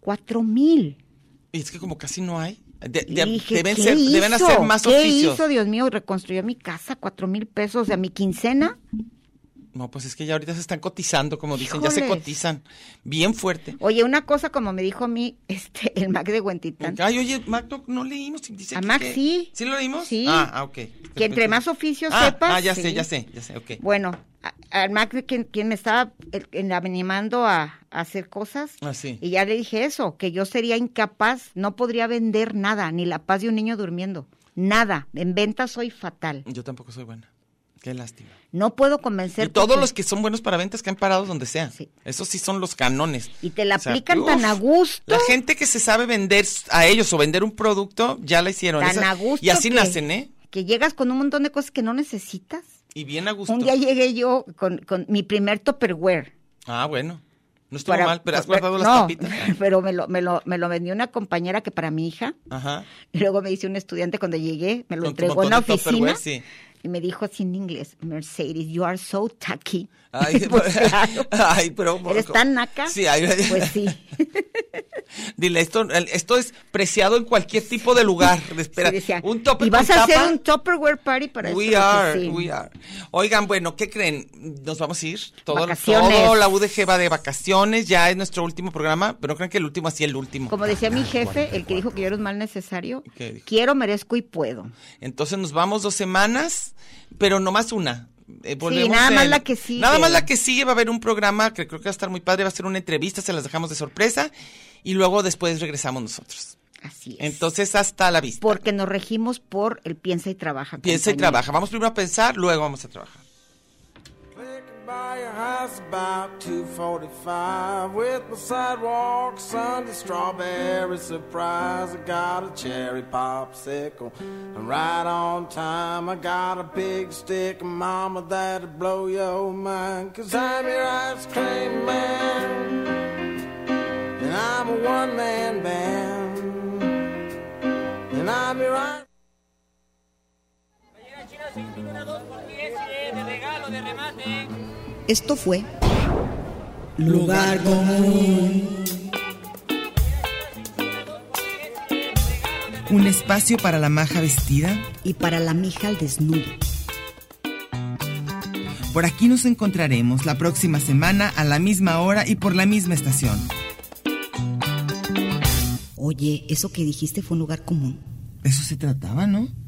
S4: Cuatro mil.
S3: Y es que como casi no hay. De-
S4: Y
S3: de-
S4: dije,
S3: deben,
S4: ¿qué
S3: ser, deben
S4: hizo?
S3: hacer más
S4: ¿Qué
S3: oficios.
S4: hizo, Dios mío? Reconstruyó mi casa, cuatro mil pesos, o sea, mi quincena.
S3: No, pues es que ya ahorita se están cotizando, como dicen, ya se
S4: Híjoles.
S3: cotizan. Bien fuerte.
S4: Oye, una cosa como me dijo a mí este, el Mac de Huentitán,
S3: Ay, oye, Mac, no, no leímos. Dice
S4: A
S3: que-
S4: Mac
S3: que-
S4: sí.
S3: ¿Sí lo leímos?
S4: Sí.
S3: Ah, ah, ok.
S4: que entre más oficios
S3: ah,
S4: sepas.
S3: Ah, ya sé,
S4: sí.
S3: ya sé, ya sé, ok.
S4: Bueno, a- al Mac de quien, quien me estaba eh, en- animando a, a hacer cosas.
S3: Ah, sí.
S4: Y ya le dije eso, que yo sería incapaz, no podría vender nada, ni la paz de un niño durmiendo. Nada, en venta soy fatal.
S3: Yo tampoco soy buena. Qué lástima.
S4: No puedo convencer.
S3: Y todos
S4: porque-
S3: los que son buenos para ventas caen parados donde sea.
S4: Sí.
S3: Esos sí son los canones.
S4: Y te la
S3: O sea,
S4: aplican tan
S3: uf,
S4: a gusto.
S3: La gente que se sabe vender a ellos o vender un producto, ya la hicieron.
S4: Tan
S3: Esa-
S4: a gusto
S3: Y así
S4: que-
S3: nacen, ¿eh?
S4: que llegas con un montón de cosas que no necesitas.
S3: Y bien a gusto.
S4: Un día llegué yo con, con mi primer Tupperware.
S3: Ah, bueno. No estuvo
S4: Para-
S3: mal, pero has
S4: pero-
S3: guardado las
S4: no,
S3: tapitas.
S4: pero me lo, me, lo, me lo vendió una compañera que para mi hija.
S3: Ajá.
S4: Y luego me dice un estudiante cuando llegué, me lo
S3: Con tu
S4: entregó en la
S3: montón de
S4: oficina.
S3: Tupperware, sí.
S4: Y me dijo así en inglés, Mercedes, you are so tacky.
S3: Ay,
S4: Pues, claro.
S3: ay, pero un
S4: ¿Eres
S3: poco.
S4: tan naca?
S3: Sí, ay, ay.
S4: Pues sí.
S3: Dile, esto, esto es preciado en cualquier tipo de lugar. Espera,
S4: Sí, decía,
S3: un tope
S4: y vas
S3: con
S4: a hacer
S3: tapa?
S4: un Tupperware party para
S3: We
S4: esto?"
S3: are,
S4: Sí.
S3: we are. Oigan, bueno, ¿qué creen? Nos vamos a ir. Todo,
S4: Vacaciones.
S3: todo la UDG va de vacaciones. Ya es nuestro último programa, pero no crean que el último así el último.
S4: Como decía mi jefe, el que dijo que yo era un mal necesario,
S3: ¿Qué dijo?
S4: quiero, merezco y puedo.
S3: Entonces nos vamos dos semanas, pero nomás una. Eh,
S4: nada más
S3: en-
S4: la que sigue.
S3: Nada más la que sigue. Va a haber un programa que creo que va a estar muy padre. Va a ser una entrevista, se las dejamos de sorpresa. Y luego después regresamos nosotros.
S4: Así es.
S3: Entonces, hasta la vista.
S4: Porque nos regimos por el piensa y trabaja.
S3: Piensa y
S4: compañero.
S3: trabaja. Vamos primero a pensar, luego vamos a trabajar.
S6: Click by your house about 245 with my sidewalk Sunday strawberry surprise. I got a cherry popsicle. I'm right on time. I got a big stick, mama, that'll blow your mind. Cause I'm your ice cream man. And I'm a one man band. And I'm your ice
S1: Esto fue
S5: Un espacio para la maja vestida.
S1: Y para la mija al desnudo.
S5: Por aquí nos encontraremos la próxima semana a la misma hora y por la misma estación.
S1: Oye, eso que dijiste fue un lugar común.
S5: De eso se trataba, ¿no?